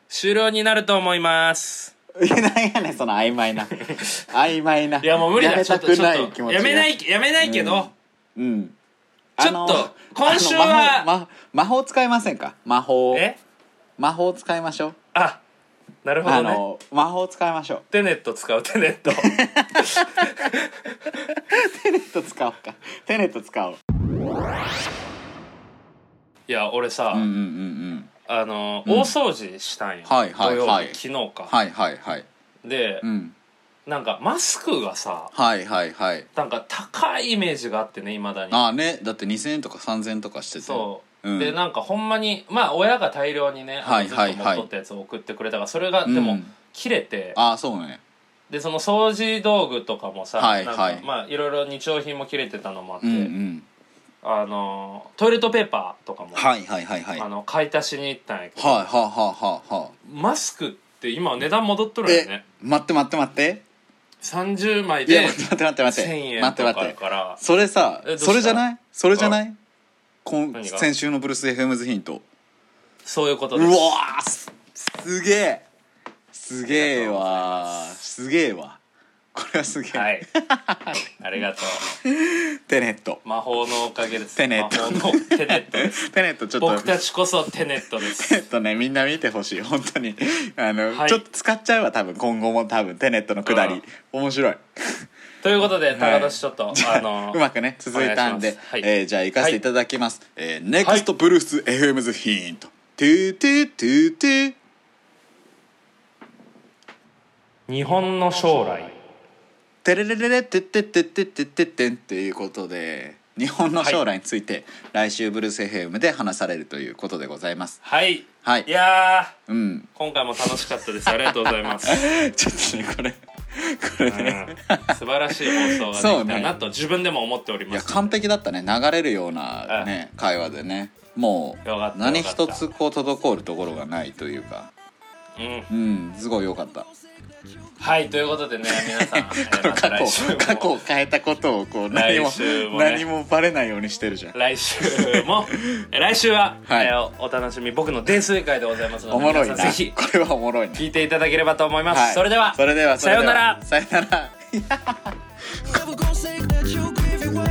[SPEAKER 2] 終了になると思います。
[SPEAKER 1] 何やねんその曖昧な曖昧ない
[SPEAKER 2] いやもう無理だ。
[SPEAKER 1] やめ
[SPEAKER 2] ちょ
[SPEAKER 1] た
[SPEAKER 2] っと
[SPEAKER 1] く
[SPEAKER 2] ちょ
[SPEAKER 1] ない
[SPEAKER 2] っ
[SPEAKER 1] 気
[SPEAKER 2] と
[SPEAKER 1] 持ち
[SPEAKER 2] やめないいやめないけど、
[SPEAKER 1] うん
[SPEAKER 2] ちょ
[SPEAKER 1] あ
[SPEAKER 2] っ
[SPEAKER 1] の
[SPEAKER 2] と今週は
[SPEAKER 1] あの魔法魔魔法使いませんか魔法
[SPEAKER 2] え
[SPEAKER 1] 魔法使いましょう
[SPEAKER 2] あなるほ
[SPEAKER 1] あ
[SPEAKER 2] どね。
[SPEAKER 1] の魔法使いましょう
[SPEAKER 2] テネット使うテネット。
[SPEAKER 1] テネット使おうかテネット使おう
[SPEAKER 2] いや俺さ、
[SPEAKER 1] うんうんうんうん
[SPEAKER 2] あの
[SPEAKER 1] ん
[SPEAKER 2] 大掃除したんよ。
[SPEAKER 1] はいはいはい
[SPEAKER 2] 土曜日昨日か。
[SPEAKER 1] はいはいはい
[SPEAKER 2] で、
[SPEAKER 1] うん
[SPEAKER 2] なんかマスクがさ
[SPEAKER 1] はいはいはい
[SPEAKER 2] なんか高いイメージがあってねいまだに。
[SPEAKER 1] ああねだって2000円とか3000円とかしてて
[SPEAKER 2] そう、
[SPEAKER 1] うん
[SPEAKER 2] でなんかほんまにまあ親が大量にね、あのずっ
[SPEAKER 1] はい
[SPEAKER 2] と
[SPEAKER 1] は
[SPEAKER 2] 持っ
[SPEAKER 1] いはい
[SPEAKER 2] とったやつを送ってくれたからそれが、
[SPEAKER 1] うん
[SPEAKER 2] でも切れて
[SPEAKER 1] ああそうね
[SPEAKER 2] でその掃除道具とかもさ、
[SPEAKER 1] はい
[SPEAKER 2] なんか
[SPEAKER 1] はい
[SPEAKER 2] まあいろいろ日用品も切れてたのもあって、
[SPEAKER 1] うんうん
[SPEAKER 2] あのトイレットペーパーとかも、
[SPEAKER 1] はいはいはいはい
[SPEAKER 2] あ
[SPEAKER 1] はい
[SPEAKER 2] の買い足しに行ったんやけど、
[SPEAKER 1] はあはあはあはあ
[SPEAKER 2] マスクって今値段戻っとるよ
[SPEAKER 1] え
[SPEAKER 2] ね
[SPEAKER 1] 待って待って待って
[SPEAKER 2] 30枚
[SPEAKER 1] いや
[SPEAKER 2] で
[SPEAKER 1] 待って待って待っ
[SPEAKER 2] 1000
[SPEAKER 1] て
[SPEAKER 2] 円
[SPEAKER 1] 待っ
[SPEAKER 2] と
[SPEAKER 1] て
[SPEAKER 2] か
[SPEAKER 1] 待
[SPEAKER 2] だ
[SPEAKER 1] って
[SPEAKER 2] から
[SPEAKER 1] それさ
[SPEAKER 2] えどうした
[SPEAKER 1] それじゃないそれじゃないこ
[SPEAKER 2] 何
[SPEAKER 1] ん
[SPEAKER 2] が
[SPEAKER 1] 先週のブルース FM ズヒント
[SPEAKER 2] そういうこと
[SPEAKER 1] う
[SPEAKER 2] で
[SPEAKER 1] わ
[SPEAKER 2] す
[SPEAKER 1] ーすすげえすげえわーすげえわこれはすげえ、
[SPEAKER 2] はいありがとう
[SPEAKER 1] テネット
[SPEAKER 2] 魔法のおかげです
[SPEAKER 1] テネット
[SPEAKER 2] 魔法のテネッ トです
[SPEAKER 1] テネットちょっと
[SPEAKER 2] 僕たちこそテネットで
[SPEAKER 1] テネ
[SPEAKER 2] す
[SPEAKER 1] ットねみんな見てほしい本当にあの、
[SPEAKER 2] はい
[SPEAKER 1] ちょっと使っちゃうわ多分今後も多分テネットのくだり、面白い
[SPEAKER 2] ということで高田氏ちょっと、あの
[SPEAKER 1] うまくね続いたん
[SPEAKER 2] お願い
[SPEAKER 1] で
[SPEAKER 2] し、ますはい
[SPEAKER 1] えーじゃあ行かせていただきます、えーネクストブルース FM ズヒント、トゥトゥトゥトゥ
[SPEAKER 2] 日本の将来
[SPEAKER 1] テレレレレテッテッテッテッテッテッテンということで日本の将来について来週ブルース FM で話されるということでございます
[SPEAKER 2] はい
[SPEAKER 1] はい
[SPEAKER 2] いやー
[SPEAKER 1] うん
[SPEAKER 2] 今回も楽しかったですありがとうございます、
[SPEAKER 1] ちょっとねこれこれ
[SPEAKER 2] うん
[SPEAKER 1] ね
[SPEAKER 2] 素晴らしい放送ができたなと自分でも思っており
[SPEAKER 1] い
[SPEAKER 2] ま
[SPEAKER 1] や
[SPEAKER 2] す
[SPEAKER 1] 完璧だったね流れるようなね会話でねも
[SPEAKER 2] よかった
[SPEAKER 1] う何
[SPEAKER 2] よかった
[SPEAKER 1] 一つこう滞るところがないというか
[SPEAKER 2] うん
[SPEAKER 1] うんすごい良かった
[SPEAKER 2] はいということでね皆さん、えーまた
[SPEAKER 1] 過
[SPEAKER 2] 来
[SPEAKER 1] 去
[SPEAKER 2] 週も
[SPEAKER 1] 過去を変えたことをこう何も
[SPEAKER 2] 来週もね
[SPEAKER 1] 何もバレないようにしてるじゃん
[SPEAKER 2] 来週もえー来週は、
[SPEAKER 1] はい
[SPEAKER 2] えーおお楽しみ僕の泥酔会でございますので
[SPEAKER 1] おもろい
[SPEAKER 2] 皆
[SPEAKER 1] なこ
[SPEAKER 2] さんぜひ
[SPEAKER 1] れはおもろいな
[SPEAKER 2] 聞いていただければと思います、
[SPEAKER 1] はい
[SPEAKER 2] それでは
[SPEAKER 1] それでは
[SPEAKER 2] さようなら
[SPEAKER 1] それではさようなら
[SPEAKER 4] Never gonna say that you give it away.